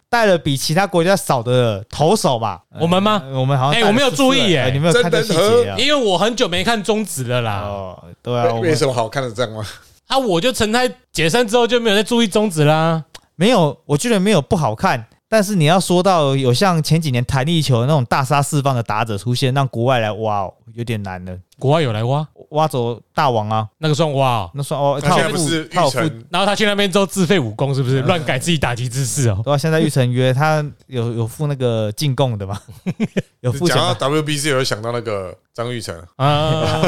[SPEAKER 1] 带了比其他国家少的投手吧？
[SPEAKER 3] 我们吗
[SPEAKER 1] 呃我们好像
[SPEAKER 3] 哎
[SPEAKER 1] 带了
[SPEAKER 3] 我没有注意
[SPEAKER 1] 14个人
[SPEAKER 3] 哎
[SPEAKER 1] 呃你没有看这细节啊？
[SPEAKER 3] 因为我很久没看中指了啦，
[SPEAKER 1] 哦，对 啊，我
[SPEAKER 2] 没
[SPEAKER 1] 们
[SPEAKER 2] 什么好看的，这样吗？
[SPEAKER 3] 啊，我就成泰解散之后就没有再注意中指啦。
[SPEAKER 1] 没有，我觉得没有不好看。但是你要说到有像前几年弹力球那种大杀四方的打者出现，让国外来挖哦，有点难了。
[SPEAKER 3] 国外有来挖，
[SPEAKER 1] 挖走大王啊，
[SPEAKER 3] 那个算挖哦。
[SPEAKER 1] 那算哦，
[SPEAKER 2] 他
[SPEAKER 1] 他
[SPEAKER 2] 现在
[SPEAKER 1] 有
[SPEAKER 2] 不
[SPEAKER 1] 付
[SPEAKER 2] 是，
[SPEAKER 1] 他
[SPEAKER 2] 玉
[SPEAKER 1] 有付，
[SPEAKER 2] 成
[SPEAKER 3] 然后他去那边之后自废武功，是不是乱改自己打击姿势哦？
[SPEAKER 1] 对啊，现在玉成约他有有付那个进贡的嘛， 有付钱
[SPEAKER 2] 讲
[SPEAKER 1] 吧。
[SPEAKER 2] 到 WBC，有想到那个张玉 成，
[SPEAKER 3] 啊，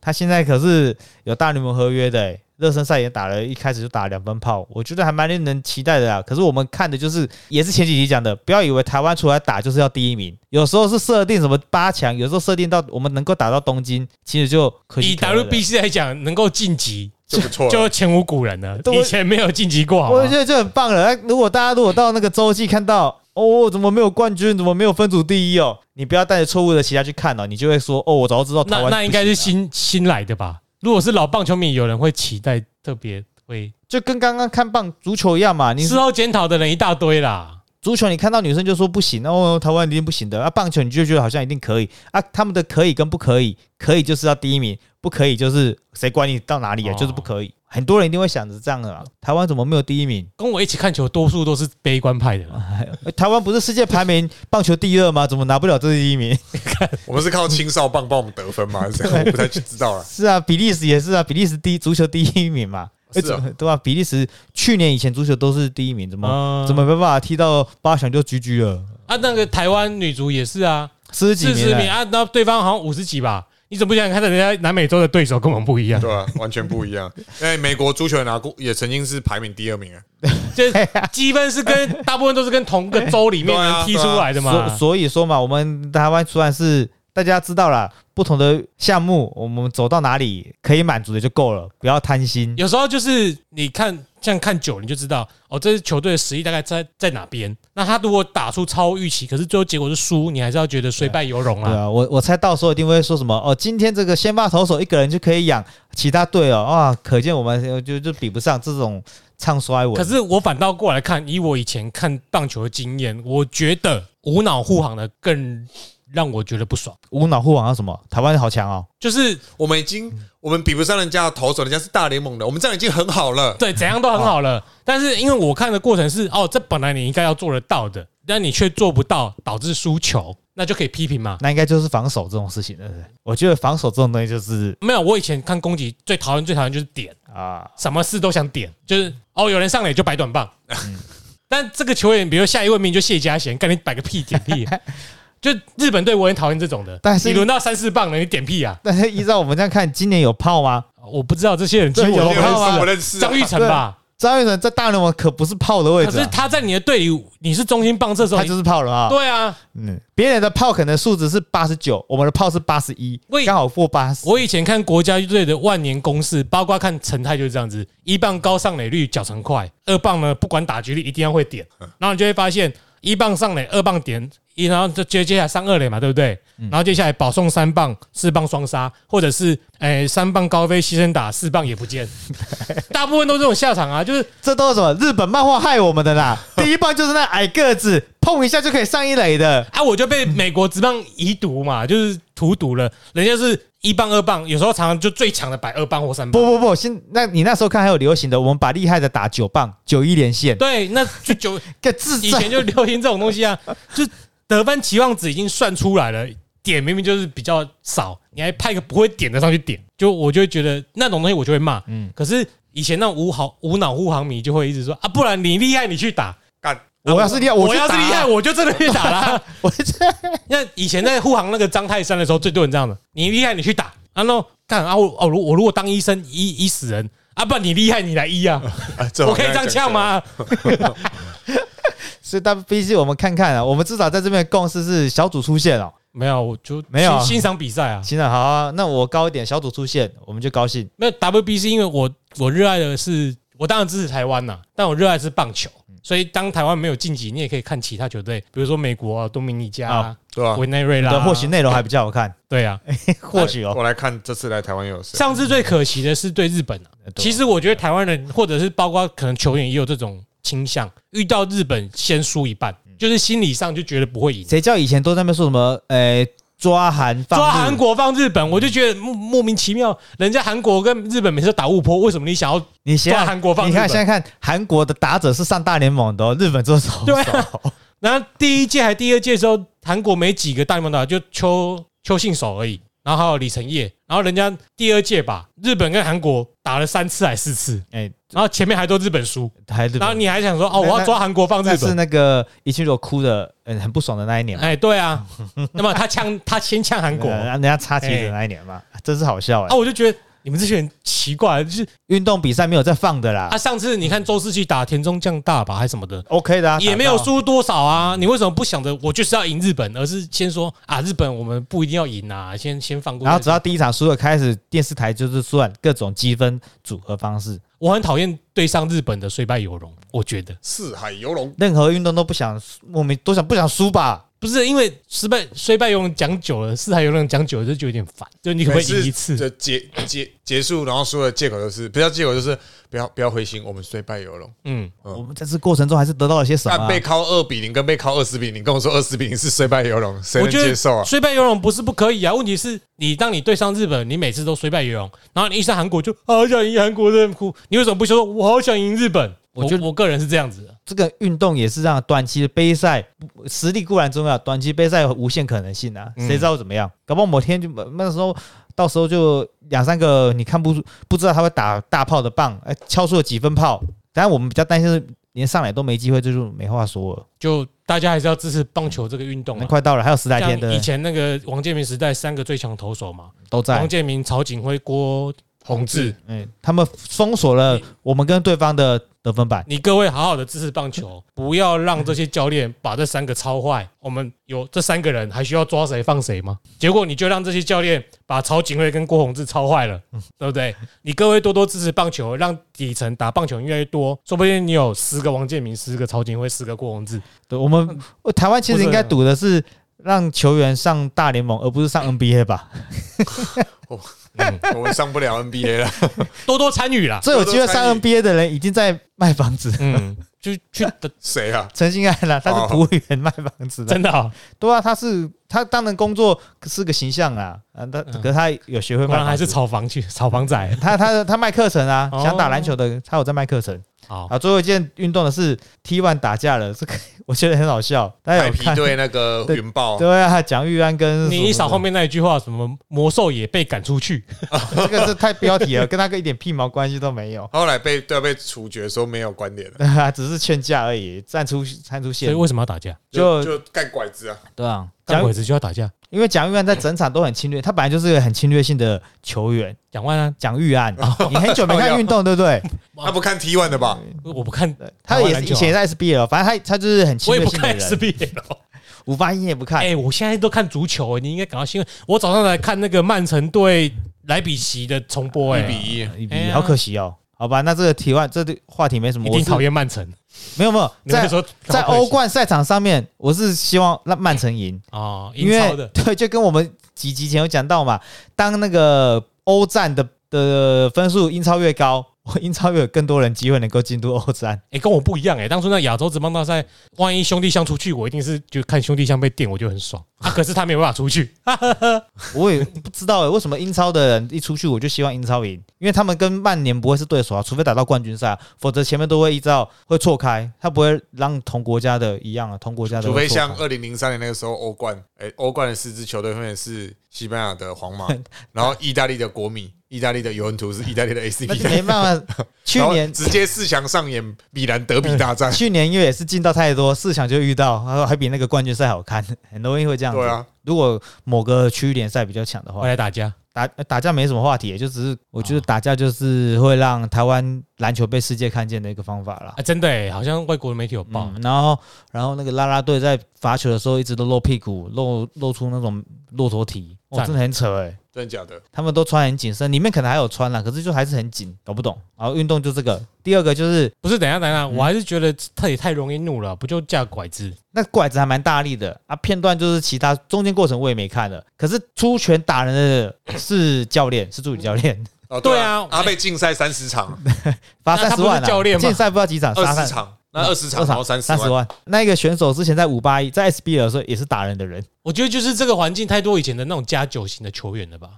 [SPEAKER 1] 他现在可是有大联盟合约的、欸，热身赛也打了，一开始就打了两分炮，我觉得还蛮令人期待的啊。可是我们看的就是，也是前几集讲的，不要以为台湾出来打就是要第一名，有时候是设定什么八强，有时候设定到我们能够打到东京，其实就 可喜
[SPEAKER 3] 以
[SPEAKER 1] 可贺了
[SPEAKER 3] WBC 来讲，能够晋级
[SPEAKER 2] 就不错了。
[SPEAKER 3] 就前无古人了，
[SPEAKER 1] 对
[SPEAKER 3] 以前没有晋级过好啊吗
[SPEAKER 1] 我觉得就很棒了。哎如果大家如果到那个洲际看到，哦，怎么没有冠军，怎么没有分组第一哦？你不要带着错误的期待去看哦，你就会说，哦，我早就知道台
[SPEAKER 3] 那
[SPEAKER 1] 湾
[SPEAKER 3] 那应该
[SPEAKER 1] 不
[SPEAKER 3] 是
[SPEAKER 1] 行啊
[SPEAKER 3] 新新来的吧？如果是老棒球迷，有人会期待特别会
[SPEAKER 1] 就跟刚刚看棒足球一样嘛，你
[SPEAKER 3] 事后检讨的人一大堆啦。
[SPEAKER 1] 足球你看到女生就说不行，哦，台湾一定不行的。啊，棒球你就觉得好像一定可以啊，他们的可以跟不可以，可以就是要第一名，不可以就是谁管你到哪里啊，
[SPEAKER 3] 哦
[SPEAKER 1] 就是不可以。很多人一定会想着这样的嘛，台湾怎么没有第一名？
[SPEAKER 3] 跟我一起看球，多数都是悲观派的啦。
[SPEAKER 1] 呃台湾不是世界排名棒球第二吗？怎么拿不了这第一名？
[SPEAKER 2] 我们是靠青少棒帮我们得分吗？还是这样我不太知道了。
[SPEAKER 1] 是啊，比利时也是啊，比利时第一足球第一名嘛，
[SPEAKER 2] 是啊
[SPEAKER 1] 呃对吧、比利时去年以前足球都是第一名，怎么、
[SPEAKER 3] 嗯
[SPEAKER 1] 怎么没办法踢到八强就 GG 了？
[SPEAKER 3] 啊，那个台湾女足也是啊，
[SPEAKER 1] 四十几
[SPEAKER 3] 四十
[SPEAKER 1] 名
[SPEAKER 3] 名
[SPEAKER 1] 了，
[SPEAKER 3] 啊，那对方好像五十几吧？你怎么不想看到人家南美洲的对手跟我们 不一样？
[SPEAKER 2] 对啊，完全不一样。因为美国足球也拿过，也曾经是排名第二名啊。
[SPEAKER 3] 就是积分是跟大部分都是跟同个州里面
[SPEAKER 2] 对啊
[SPEAKER 3] 人踢出来的
[SPEAKER 1] 所
[SPEAKER 3] 嘛。
[SPEAKER 1] 所以说嘛，我们台湾虽然是大家知道啦，不同的项目，我们走到哪里可以满足的就够了，不要贪心。
[SPEAKER 3] 有时候就是你看，像看久了你就知道，哦，这支球队的实力大概在在哪边。那他如果打出超预期，可是最后结果是输，你还是要觉得虽败犹荣
[SPEAKER 1] 对
[SPEAKER 3] 啦。
[SPEAKER 1] 啊，我我猜到时候一定会说什么哦，今天这个先发投手一个人就可以养其他队哦，啊，可见我们呃就就比不上这种唱衰文。
[SPEAKER 3] 可是我反倒过来看，以我以前看棒球的经验，我觉得无脑护航的更让我觉得不爽。
[SPEAKER 1] 无脑护航啊要什么？台湾好强哦，
[SPEAKER 3] 就是
[SPEAKER 2] 我们已经
[SPEAKER 3] 嗯
[SPEAKER 2] 我们比不上人家的投手，人家是大联盟的，我们这样已经很好了。
[SPEAKER 3] 对怎样都很好 了，
[SPEAKER 1] 啊
[SPEAKER 3] 但是因为我看的过程是，哦，这本来你应该要做得到的，但你却做不到，导致输球，那就可以批评嘛。
[SPEAKER 1] 那应该就是防守这种事情，对不对？我觉得防守这种东西就是
[SPEAKER 3] 没有，我以前看攻击最讨厌最讨厌就是点，
[SPEAKER 1] 啊，
[SPEAKER 3] 什么事都想点，就是哦，有人上垒就摆短棒。
[SPEAKER 1] 嗯
[SPEAKER 3] 但这个球员，比如下一位名就谢家贤，干你摆个屁点 屁，就日本队我很讨厌这种的。
[SPEAKER 1] 但是
[SPEAKER 3] 你轮到三四棒了，你点屁啊？
[SPEAKER 1] 但是依照我们这样看，今年有炮吗？
[SPEAKER 3] 我不知道这些人，其实
[SPEAKER 1] 对
[SPEAKER 3] 我都
[SPEAKER 1] 有
[SPEAKER 3] 不
[SPEAKER 1] 人
[SPEAKER 3] 认
[SPEAKER 1] 是
[SPEAKER 3] 识
[SPEAKER 1] 我
[SPEAKER 3] 啊
[SPEAKER 2] 不认识啊
[SPEAKER 3] 张玉成吧？
[SPEAKER 1] 张玉成在大联盟可不是炮的位
[SPEAKER 3] 可
[SPEAKER 1] 置
[SPEAKER 3] 是
[SPEAKER 1] 啊、
[SPEAKER 3] 他在你的队里，你是中心棒射手，
[SPEAKER 1] 他
[SPEAKER 3] 你
[SPEAKER 1] 就是炮了啊。
[SPEAKER 3] 对啊。
[SPEAKER 1] 嗯，别人的炮可能数值是八十九，我们的炮是八十一
[SPEAKER 3] 喂，
[SPEAKER 1] 刚好过八十。
[SPEAKER 3] 我以前看国家队的万年公式，包括看陈泰就是这样子：一棒高上垒率，脚程快；二棒呢，不管打局率一定要会点。然后你就会发现，一棒上垒，二棒点一，然后就接接下来上二垒嘛，对不对？然后接下来保送三棒，四棒双杀，或者是哎、三棒高飞牺牲打，四棒也不见，大部分都这种下场啊，就是
[SPEAKER 1] 这都是什么日本漫画害我们的 啦！第一棒就是那矮个子碰一下就可以上一垒的，
[SPEAKER 3] 啊，我就被美国职棒遗毒嘛，就是荼毒了，人家是一棒二棒，有时候常常就最强的摆二棒或三棒
[SPEAKER 1] 不。不不，现那你那时候看还有流行的，我们把厉害的打九棒九一连线，
[SPEAKER 3] 对，那就九
[SPEAKER 1] 个智
[SPEAKER 3] 以
[SPEAKER 1] 障
[SPEAKER 3] 前就流行这种东 西啊，就得分期望值已经算出来了，点明明就是比较少，你还派个不会点的上去点，就我就会觉得那种东西我就会骂。嗯，可是以前那种无好无脑护航迷就会一直说啊，不然你厉害你去打，
[SPEAKER 2] 干
[SPEAKER 1] 我要是厉害，
[SPEAKER 3] 我
[SPEAKER 1] 去
[SPEAKER 3] 要是
[SPEAKER 1] 打啊
[SPEAKER 3] 厉害，我就真的去打啦。
[SPEAKER 1] 我这
[SPEAKER 3] 那以前在护航那个张泰山的时候，最多人这样的，你厉害你去打，然后干啊我哦，如我如果当医生医医死人啊，不然你厉害你来 医啊，
[SPEAKER 2] 啊，这
[SPEAKER 3] 我
[SPEAKER 2] 好
[SPEAKER 3] 可以
[SPEAKER 2] 像
[SPEAKER 3] 这样
[SPEAKER 2] 讲
[SPEAKER 3] 呛吗？
[SPEAKER 1] 所以但毕竟我们看看啊，我们至少在这边的共识是小组出线哦。
[SPEAKER 3] 没有，我就
[SPEAKER 1] 没有啊
[SPEAKER 3] 欣欣赏比赛啊。
[SPEAKER 1] 行了，好啊，那我高一点，小组出线我们就高兴。
[SPEAKER 3] 那 WBC 因为我我热爱的是，我当然支持台湾呐、但我热爱的是棒球，所以当台湾没有晋级，你也可以看其他球队，比如说美国啊、多米尼加啊、
[SPEAKER 2] 对吧？
[SPEAKER 3] 委内瑞
[SPEAKER 1] 你
[SPEAKER 3] 拉
[SPEAKER 1] 的
[SPEAKER 3] 啊，
[SPEAKER 1] 或许内容还比较好看，
[SPEAKER 3] 对啊。
[SPEAKER 1] 或许哦。
[SPEAKER 2] 我来看这次来台湾有谁？
[SPEAKER 3] 上次最可惜的是对日本啊，其实我觉得台湾人或者是包括可能球员也有这种倾向，遇到日本先输一半，
[SPEAKER 1] 嗯
[SPEAKER 3] 就是心理上就觉得不会赢。
[SPEAKER 1] 谁叫以前都在那边说什么？呃，抓韩放日嗯
[SPEAKER 3] 抓韩，国放日本，我就觉得莫莫名其妙，人家韩国跟日本每次都打误坡，为什么你想要
[SPEAKER 1] 你想
[SPEAKER 3] 抓韩国放日
[SPEAKER 1] 你
[SPEAKER 3] 本
[SPEAKER 1] 看现在看韩国的打者是上大联盟的、哦，日本做什么？
[SPEAKER 3] 对啊，然后第一届还第二届的时候，韩国没几个大联盟打，就邱邱信守而已，然后还有李承业，然后人家第二届吧，日本跟韩国打了三次还四次，
[SPEAKER 1] 哎，
[SPEAKER 3] 然后前面还都日本输，
[SPEAKER 1] 还日
[SPEAKER 3] 然后
[SPEAKER 1] 本。
[SPEAKER 3] 你还想说
[SPEAKER 1] 那
[SPEAKER 3] 哦，我要抓韩国放
[SPEAKER 1] 那
[SPEAKER 3] 日
[SPEAKER 1] 是
[SPEAKER 3] 本，
[SPEAKER 1] 那个一去就哭的，嗯，很不爽的那一年嘛，
[SPEAKER 3] 哎，对啊，那么他呛他先呛 韩国
[SPEAKER 1] 呃
[SPEAKER 3] 啊，
[SPEAKER 1] 人家插旗子的那一年嘛，真是好笑哎。
[SPEAKER 3] 我就觉得。你们这些人奇怪，就是
[SPEAKER 1] 运动比赛没有在放的啦
[SPEAKER 3] 啊，上次你看周世奇打田中将大吧，还是什么的，
[SPEAKER 1] ，OK 的啊，
[SPEAKER 3] 也没有
[SPEAKER 1] 打到
[SPEAKER 3] 输多少啊，你为什么不想着我就是要赢日本，而是先说啊，日本我们不一定要赢啊，先先放过。
[SPEAKER 1] 然后只要第一场输了，开始电视台就是算各种积分组合方式，
[SPEAKER 3] 我很讨厌对上日本的虽败犹荣，我觉得
[SPEAKER 2] 四海游龙，
[SPEAKER 1] 任何运动都不想输，我们都想不想输吧？
[SPEAKER 3] 不是因为失败虽败犹荣讲久了，四海游龙讲久了就觉得有点烦，就你可不可以赢一次？
[SPEAKER 2] 就结结结束，然后说的借口就是不要借口就是不要不要灰心，我们虽败犹荣。
[SPEAKER 3] 嗯，
[SPEAKER 2] 嗯
[SPEAKER 1] 我们在这过程中还是得到了些什么
[SPEAKER 2] 但
[SPEAKER 1] 啊、
[SPEAKER 2] 被靠二比零跟被靠二十比零，跟我说二十比零是虽败犹荣，谁
[SPEAKER 3] 我
[SPEAKER 2] 能
[SPEAKER 3] 觉
[SPEAKER 2] 接受
[SPEAKER 3] 得
[SPEAKER 2] 啊？
[SPEAKER 3] 虽败犹荣不是不可以啊，问题是你当你对上日本，你每次都虽败犹荣，然后你一上韩国就啊好想赢韩国的哭，你为什么不说我好想赢日本？
[SPEAKER 1] 我
[SPEAKER 3] 我
[SPEAKER 1] 觉
[SPEAKER 3] 觉
[SPEAKER 1] 得
[SPEAKER 3] 得我个人是这样子的，
[SPEAKER 1] 这个运动也是让短期的杯赛实力固然重要，短期杯赛有无限可能性啊，
[SPEAKER 3] 嗯
[SPEAKER 1] 谁知道怎么样？搞不好某天就那时候，到时候就两三个你看不不知道他会打大炮的棒，哎，敲出了几分炮。当然我们比较担心是连上来都没机会，这就没话说了。
[SPEAKER 3] 就大家还是要支持棒球这个运动
[SPEAKER 1] 那
[SPEAKER 3] 啊。
[SPEAKER 1] 快到了，还有十来天
[SPEAKER 3] 像
[SPEAKER 1] 的
[SPEAKER 3] 以前那个王建民时代，三个最强投手嘛，
[SPEAKER 1] 都在
[SPEAKER 3] 王。建民、曹景辉、郭宏志，
[SPEAKER 1] 嗯，他们封锁了我们跟对方的得分板，
[SPEAKER 3] 你各位好好的支持棒 球，不要让这些教练把这三个超坏。我们有这三个人，还需要抓谁放谁吗？结果你就让这些教练把曹景惠跟郭宏志超坏了，对不对？你各位多多支持棒球，让底层打棒球人越来越多，说不定你有十个王建民，十个曹景惠，十个郭宏志。
[SPEAKER 1] 对我们呃
[SPEAKER 3] 嗯
[SPEAKER 1] 台湾其实应该赌的是让球员上大联盟，而不是上 NBA 吧？
[SPEAKER 3] 嗯，
[SPEAKER 2] 我们上不了 NBA 了，
[SPEAKER 3] 多多参与啦。
[SPEAKER 1] 最有机会
[SPEAKER 2] 多多参
[SPEAKER 1] 上
[SPEAKER 2] 与
[SPEAKER 1] NBA 的人已经在卖房子，
[SPEAKER 3] 嗯，就去
[SPEAKER 2] 谁啊？
[SPEAKER 1] 陈兴安啦，他是服务员卖房子的，
[SPEAKER 3] 哦 真的啊、
[SPEAKER 1] 对啊，他是他当然工作是个形象啊，啊，他
[SPEAKER 3] 嗯
[SPEAKER 1] 可是他有学会
[SPEAKER 3] 不
[SPEAKER 1] 卖
[SPEAKER 3] 然
[SPEAKER 1] 房
[SPEAKER 3] 还是
[SPEAKER 1] 子。
[SPEAKER 3] 炒房去炒房仔。
[SPEAKER 1] 他他他卖课程啊，
[SPEAKER 3] 哦
[SPEAKER 1] 想打篮球的他有在卖课程
[SPEAKER 3] 好，
[SPEAKER 1] 啊。最后一件运动的是 T one 打架了，这个 我觉得很好笑。大家
[SPEAKER 2] 海
[SPEAKER 1] 有
[SPEAKER 2] 皮
[SPEAKER 1] 哎看？
[SPEAKER 2] 对那个
[SPEAKER 1] 对
[SPEAKER 2] 云豹，
[SPEAKER 1] 对啊，蒋玉安跟
[SPEAKER 3] 你一
[SPEAKER 1] 什
[SPEAKER 3] 扫
[SPEAKER 1] 么
[SPEAKER 3] 后面那一句话，什么魔兽也被赶出去，
[SPEAKER 1] 这个是太标题了，跟他个一点屁毛关系都没有，
[SPEAKER 2] 后来被对啊被处决说没有关联了，
[SPEAKER 1] 只是劝架而已，站出站出
[SPEAKER 3] 所以
[SPEAKER 1] 线
[SPEAKER 3] 为什么要打架？
[SPEAKER 2] 就
[SPEAKER 1] 就
[SPEAKER 2] 就干拐子啊，
[SPEAKER 1] 对啊。
[SPEAKER 3] 干
[SPEAKER 1] 蒋
[SPEAKER 3] 鬼子就要打架。
[SPEAKER 1] 因为蒋玉安在整场都很侵略，他本来就是个很侵略性的球员。
[SPEAKER 3] 蒋万安，
[SPEAKER 1] 蒋玉安，
[SPEAKER 3] 哦
[SPEAKER 1] 你很久没 看运动对不对？
[SPEAKER 2] 他不看 T one 的
[SPEAKER 1] 嗯
[SPEAKER 2] 吧？
[SPEAKER 3] 我不看，啊
[SPEAKER 1] 他也是以前也是 SBL，反正他他就是很侵
[SPEAKER 3] 我也
[SPEAKER 1] 略
[SPEAKER 3] 不
[SPEAKER 1] 性的
[SPEAKER 3] 看
[SPEAKER 1] 人。
[SPEAKER 3] SBL。
[SPEAKER 1] 吴凡英也不看，
[SPEAKER 3] 哎，我现在都看足球，你应该感到兴奋。我早上来看那个曼城对莱比锡的重播，
[SPEAKER 2] 一
[SPEAKER 3] 哎，
[SPEAKER 2] 比一，
[SPEAKER 1] 一比
[SPEAKER 3] 哎
[SPEAKER 1] 一
[SPEAKER 3] 呀
[SPEAKER 1] 好可惜哦。好吧，那这个题外这个话题没什么，
[SPEAKER 3] 一
[SPEAKER 1] 我
[SPEAKER 3] 定
[SPEAKER 1] 是
[SPEAKER 3] 讨厌曼城。
[SPEAKER 1] 没有没有，
[SPEAKER 3] 你会
[SPEAKER 1] 在
[SPEAKER 3] 说
[SPEAKER 1] 在欧冠赛场上面，我是希望让曼城赢，
[SPEAKER 3] 啊，
[SPEAKER 1] 因
[SPEAKER 3] 英超的
[SPEAKER 1] 为 对，就跟我们几集前有讲到嘛，当那个欧战的的分数英超越高，英超越有更多人机会能够进入欧战。
[SPEAKER 3] 哎、跟我不一样哎、当初那亚洲职棒大赛，万一兄弟相出去，我一定是就看兄弟相被电，我就很爽啊。可是他没有办法出去，
[SPEAKER 1] 我也不知道、欸、为什么英超的人一出去，我就希望英超赢，因为他们跟曼联不会是对手啊，除非打到冠军赛啊、否则前面都会依照会错开，他不会让同国家的一样啊，同国家的
[SPEAKER 2] 除
[SPEAKER 1] 会
[SPEAKER 2] 非
[SPEAKER 1] 错开
[SPEAKER 2] 像二零零三年那个时候欧冠，哎，欧冠的四支球队分别是西班牙的皇 马，然后意大利的国米、意大利的尤文图斯、意大利的 AC
[SPEAKER 1] 那
[SPEAKER 2] 米
[SPEAKER 1] 就
[SPEAKER 2] 兰，
[SPEAKER 1] 没办法。去
[SPEAKER 2] 然后
[SPEAKER 1] 年
[SPEAKER 2] 直接四强上演米兰德比大战。
[SPEAKER 1] 去年因为也是进到太多四强就遇到，然后还比那个冠军赛好看，很容易会 这样子。
[SPEAKER 2] 对啊，
[SPEAKER 1] 如果某个区域联赛比较强的
[SPEAKER 3] 回
[SPEAKER 1] 话，
[SPEAKER 3] 来打架。
[SPEAKER 1] 打呃打架没什么话题，就只是我觉得打架就是会让台湾篮球被世界看见的一个方法啦
[SPEAKER 3] 啊，。真的哎、好像外国的媒体有报，
[SPEAKER 1] 嗯，然后然后那个啦啦队在罚球的时候一直都露屁股，露露出那种骆驼体，哦，
[SPEAKER 3] 赞
[SPEAKER 1] 真的很扯哎、
[SPEAKER 2] 真的假的？
[SPEAKER 1] 他们都穿很紧身，里面可能还有穿啦，可是就还是很紧，搞不懂。然后运动就这个，第二个就是
[SPEAKER 3] 不是？等一下，等一下，
[SPEAKER 1] 嗯
[SPEAKER 3] 我还是觉得他也太容易怒了，不就架拐子？
[SPEAKER 1] 那拐子还蛮大力的啊，片段就是其他中间过程我也没看了，可是出拳打人的是教练，是助理教练，
[SPEAKER 2] 哦，
[SPEAKER 3] 对啊
[SPEAKER 2] 阿贝竞赛三十场，啊
[SPEAKER 1] 罚
[SPEAKER 3] 那
[SPEAKER 1] 三
[SPEAKER 3] 他
[SPEAKER 1] 十
[SPEAKER 3] 不是
[SPEAKER 1] 万啊
[SPEAKER 3] 教练吗
[SPEAKER 1] 竞赛不知道几场，
[SPEAKER 2] 二
[SPEAKER 1] 杀
[SPEAKER 2] 十
[SPEAKER 1] 三
[SPEAKER 2] 场，那二十场
[SPEAKER 1] 二
[SPEAKER 2] 然后三十
[SPEAKER 1] 三十
[SPEAKER 2] 万，
[SPEAKER 1] 万。那一个选手之前在五八一，在 SBL 的时候也是打人的人，
[SPEAKER 3] 我觉得就是这个环境太多以前的那种加九型的球员了吧，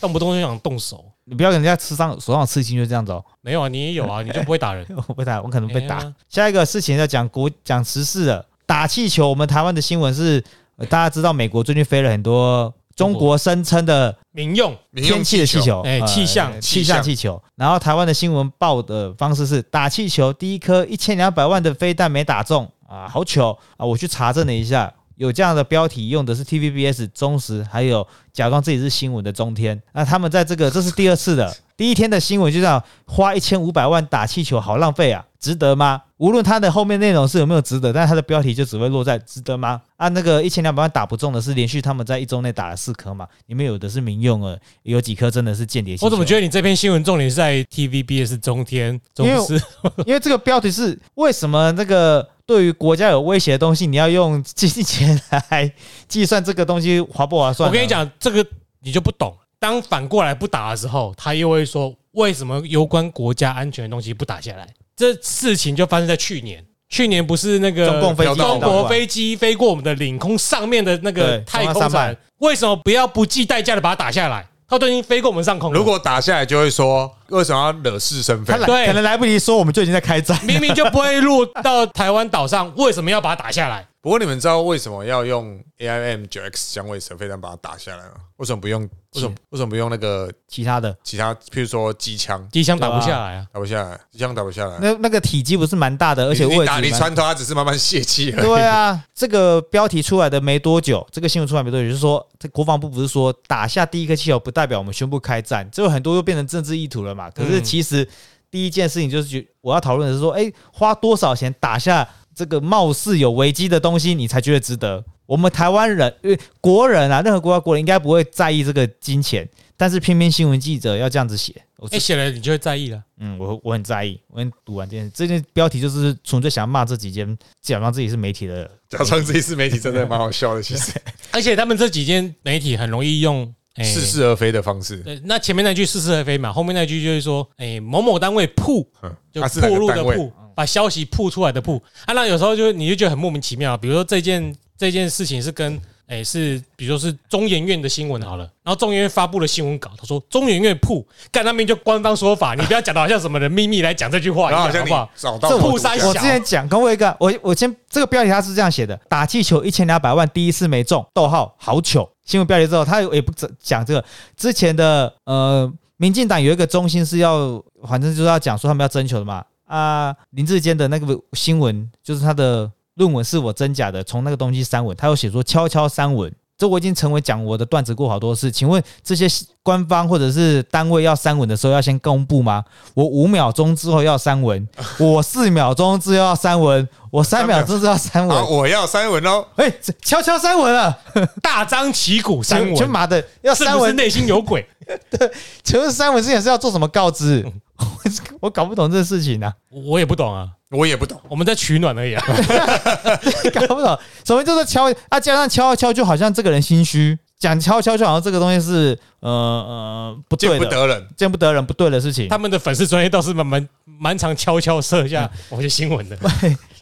[SPEAKER 3] 动不动就想动手。
[SPEAKER 1] 你不要给人家吃上手上刺青就这样子哦，
[SPEAKER 3] 没有啊，你也有啊，你就不会打人
[SPEAKER 1] 我被打，我可 能被打。
[SPEAKER 3] 哎呀
[SPEAKER 1] 下一个事情要讲国讲时事了，打气球。我们台湾的新闻是、呃大家知道美国最近飞了很多中
[SPEAKER 3] 中国
[SPEAKER 1] 国声称的
[SPEAKER 3] 民用
[SPEAKER 2] 民用
[SPEAKER 1] 天气的气，球，
[SPEAKER 3] 哎
[SPEAKER 1] 呃
[SPEAKER 3] 气象
[SPEAKER 1] 气象
[SPEAKER 2] 气象
[SPEAKER 1] 气球。然后台湾的新闻报的方式是打气球，第一颗一千两百万的飞弹没打中啊，好糗啊！我去查证了一下。有这样的标题，用的是 TVBS、中时，还有假装自己是新闻的中天。那他们在这个，这是第二次的，第一天的新闻就这样，花一千五百万打气球，好浪费啊，值得吗？无论它的后面内容是有没有值得，但它的标题就只会落在值得吗？啊，那个一千两百万打不中的是连续他们在一周内打了四颗嘛，里面有的是民用的，有几颗真的是间谍气球。
[SPEAKER 3] 我怎么觉得你这篇新闻重点是在 TVBS 中天中
[SPEAKER 1] 因为
[SPEAKER 3] 视？
[SPEAKER 1] 因为这个标题是为什么那个对于国家有威胁的东西，你要用金钱来计算这个东西划不划算？啊
[SPEAKER 3] 我跟你，讲，这个你就不懂。当反过来不打的时候，他又会说为什么攸关国家安全的东西不打下来？这事情就发生在去年。去年不是那个
[SPEAKER 1] 中共飞机
[SPEAKER 2] 飘到
[SPEAKER 3] 呃中国飞机飞过我们的领空上面的那个
[SPEAKER 1] 对
[SPEAKER 3] 太
[SPEAKER 1] 中
[SPEAKER 3] 空
[SPEAKER 1] 央三
[SPEAKER 3] 站，为什么不要不计代价的把它打下来？它都已经飞过我们上空了。
[SPEAKER 2] 如果打下来就会说为什么要惹是生非
[SPEAKER 1] 他？来
[SPEAKER 3] 对
[SPEAKER 1] 可能来不及说，我们就已经在开战。
[SPEAKER 3] 明明就不会落到台湾岛上，为什么要把它打下来？
[SPEAKER 2] 不过你们知道为什么要用 AIM 九 X 响尾蛇飞弹把它打下来吗？为什么不用？为什么为什么不用那个
[SPEAKER 1] 其他的
[SPEAKER 2] 其他？譬如说机枪
[SPEAKER 3] 机枪打不下来啊！
[SPEAKER 2] 打不下来，机枪打不下来，
[SPEAKER 1] 那那个体积不是蛮大的，而且
[SPEAKER 2] 你
[SPEAKER 1] 位
[SPEAKER 2] 你
[SPEAKER 1] 置
[SPEAKER 2] 打你
[SPEAKER 1] 蛮
[SPEAKER 2] 穿透，它只是慢慢泄气而已。
[SPEAKER 1] 对啊，这个标题出来的没多久，这个新闻出来没多久，就是说，这国防部不是说打下第一颗气球不代表我们宣布开战，这有很多又变成政治意图了嘛？可是其实第一件事情就是觉，我要讨论的是说，哎、花多少钱打下这个貌似有危机的东西，你才觉得值得？我们台湾人、呃国人啊，任何国家国人应该不会在意这个金钱，但是偏偏新闻记者要这样子写，我
[SPEAKER 3] 哎，写了你就会在意了。
[SPEAKER 1] 嗯，我我很在意，我很啊读完这件事，这件标题就是纯粹想骂这几间假装自己是媒体的
[SPEAKER 2] 假装自己是媒体，真的蛮好笑的。其实
[SPEAKER 3] 而且他们这几间媒体很容易用哎
[SPEAKER 2] 似是而非的方式，
[SPEAKER 3] 对，那前面那句似是而非嘛，后面那句就是说，哎、某某单位曝
[SPEAKER 2] 嗯，
[SPEAKER 3] 就
[SPEAKER 2] 它是哪
[SPEAKER 3] 曝露
[SPEAKER 2] 个
[SPEAKER 3] 的
[SPEAKER 2] 单位？嗯
[SPEAKER 3] 曝，把消息曝出来的曝，啊，那有时候就你就觉得很莫名其妙，比如说这件这件事情是跟。哎、是，比如说是中研院的新闻好了，然后中研院发布了新闻稿，他说中研院曝，干那边就官方说法，你不要讲的好像什么人秘密来讲这句话一
[SPEAKER 2] 然后好
[SPEAKER 3] 样，
[SPEAKER 2] 像
[SPEAKER 3] 好不
[SPEAKER 2] 你？
[SPEAKER 3] 好
[SPEAKER 2] 找到
[SPEAKER 1] 这
[SPEAKER 2] 了
[SPEAKER 3] 我
[SPEAKER 2] 独家
[SPEAKER 3] 不
[SPEAKER 1] 我
[SPEAKER 3] 三
[SPEAKER 1] 之
[SPEAKER 3] 小
[SPEAKER 1] 前讲跟我一个，我我先这个标题它是这样写的：打气球一千两百万，第一次没中，逗号好糗。新闻标题之后，他也不讲这个之前的呃，民进党有一个中心是要，反正就是要讲说他们要征求的嘛。啊，林志坚的那个新闻就是他的论文是我真假的，从那个东西删文，他有写说悄悄删文。这我已经成为讲我的段子过好多次，请问这些官方或者是单位要删文的时候要先公布吗？我五秒钟之后要删文，我四秒钟之后要删文，我三秒钟之后要删
[SPEAKER 2] 好，
[SPEAKER 1] 文。
[SPEAKER 2] 我要删文哦喽。
[SPEAKER 1] 哎、这悄悄删文了，
[SPEAKER 3] 大张旗鼓删文，
[SPEAKER 1] 全妈的要
[SPEAKER 3] 是
[SPEAKER 1] 删
[SPEAKER 3] 不是
[SPEAKER 1] 文，
[SPEAKER 3] 内心有鬼？
[SPEAKER 1] 请问删文之前是要做什么告知？我搞不懂这事情啊，
[SPEAKER 3] 我也不懂啊，
[SPEAKER 2] 我也不懂。
[SPEAKER 3] 我们在取暖而已啊。
[SPEAKER 2] 嗯
[SPEAKER 1] 搞不懂什么叫做敲啊，加上敲一敲，就好像这个人心虚，讲敲一敲就好像这个东西是呃呃不
[SPEAKER 2] 见
[SPEAKER 1] 对
[SPEAKER 2] 不
[SPEAKER 1] 的，
[SPEAKER 2] 得人，
[SPEAKER 1] 见不得人不对的事情。
[SPEAKER 3] 他们的粉丝专业倒是蛮蛮蛮常悄悄设一下
[SPEAKER 2] 嗯
[SPEAKER 3] 某些新 闻的，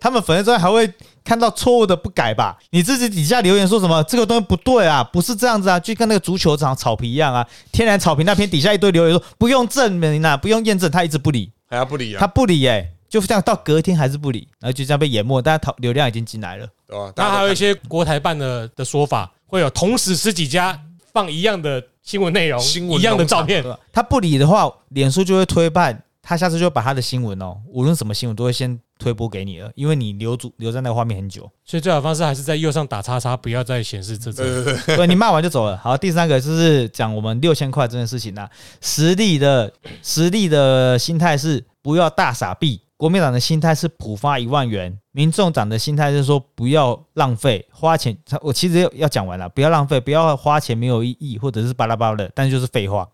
[SPEAKER 1] 他们粉丝专业还会看到错误的不改吧？你自己底下留言说什么这个东西不对啊，不是这样子啊，就跟那个足球场草皮一样啊，天然草皮那篇底下一堆留言说不用证明啊，不用验证，他一直不理，
[SPEAKER 2] 还要不理
[SPEAKER 1] 他
[SPEAKER 2] 啊，
[SPEAKER 1] 不理哎、就这样到隔天还是不理，然后就这样被淹没，但他流量已经进来了，
[SPEAKER 2] 对吧？
[SPEAKER 3] 那
[SPEAKER 2] 大家
[SPEAKER 3] 还
[SPEAKER 2] 都
[SPEAKER 3] 有一
[SPEAKER 2] 看
[SPEAKER 3] 些国台办的的说法，会有同时十几家放一样的新闻内容、
[SPEAKER 2] 新闻
[SPEAKER 3] 一样的
[SPEAKER 2] 农场
[SPEAKER 3] 照片
[SPEAKER 1] 对，吧？他不理的话，脸书就会推办，他下次就会把他的新闻哦，无论什么新闻都会先推播给你了，因为你留住留在那个画面很久。
[SPEAKER 3] 所以最好的方式还是在右上打叉叉，不要再显示这
[SPEAKER 2] 对
[SPEAKER 3] 这。
[SPEAKER 2] 对对，对
[SPEAKER 1] 对你骂完就走了。好，第三个就是讲我们六千块这件事情啦、实力的实力的心态是不要大傻逼，国民党的心态是普发一万元，民众党的心态是说不要浪费花钱。他我其实要讲完了，不要浪费，不要花钱没有意义，或者是巴拉巴拉的，但是就是废话。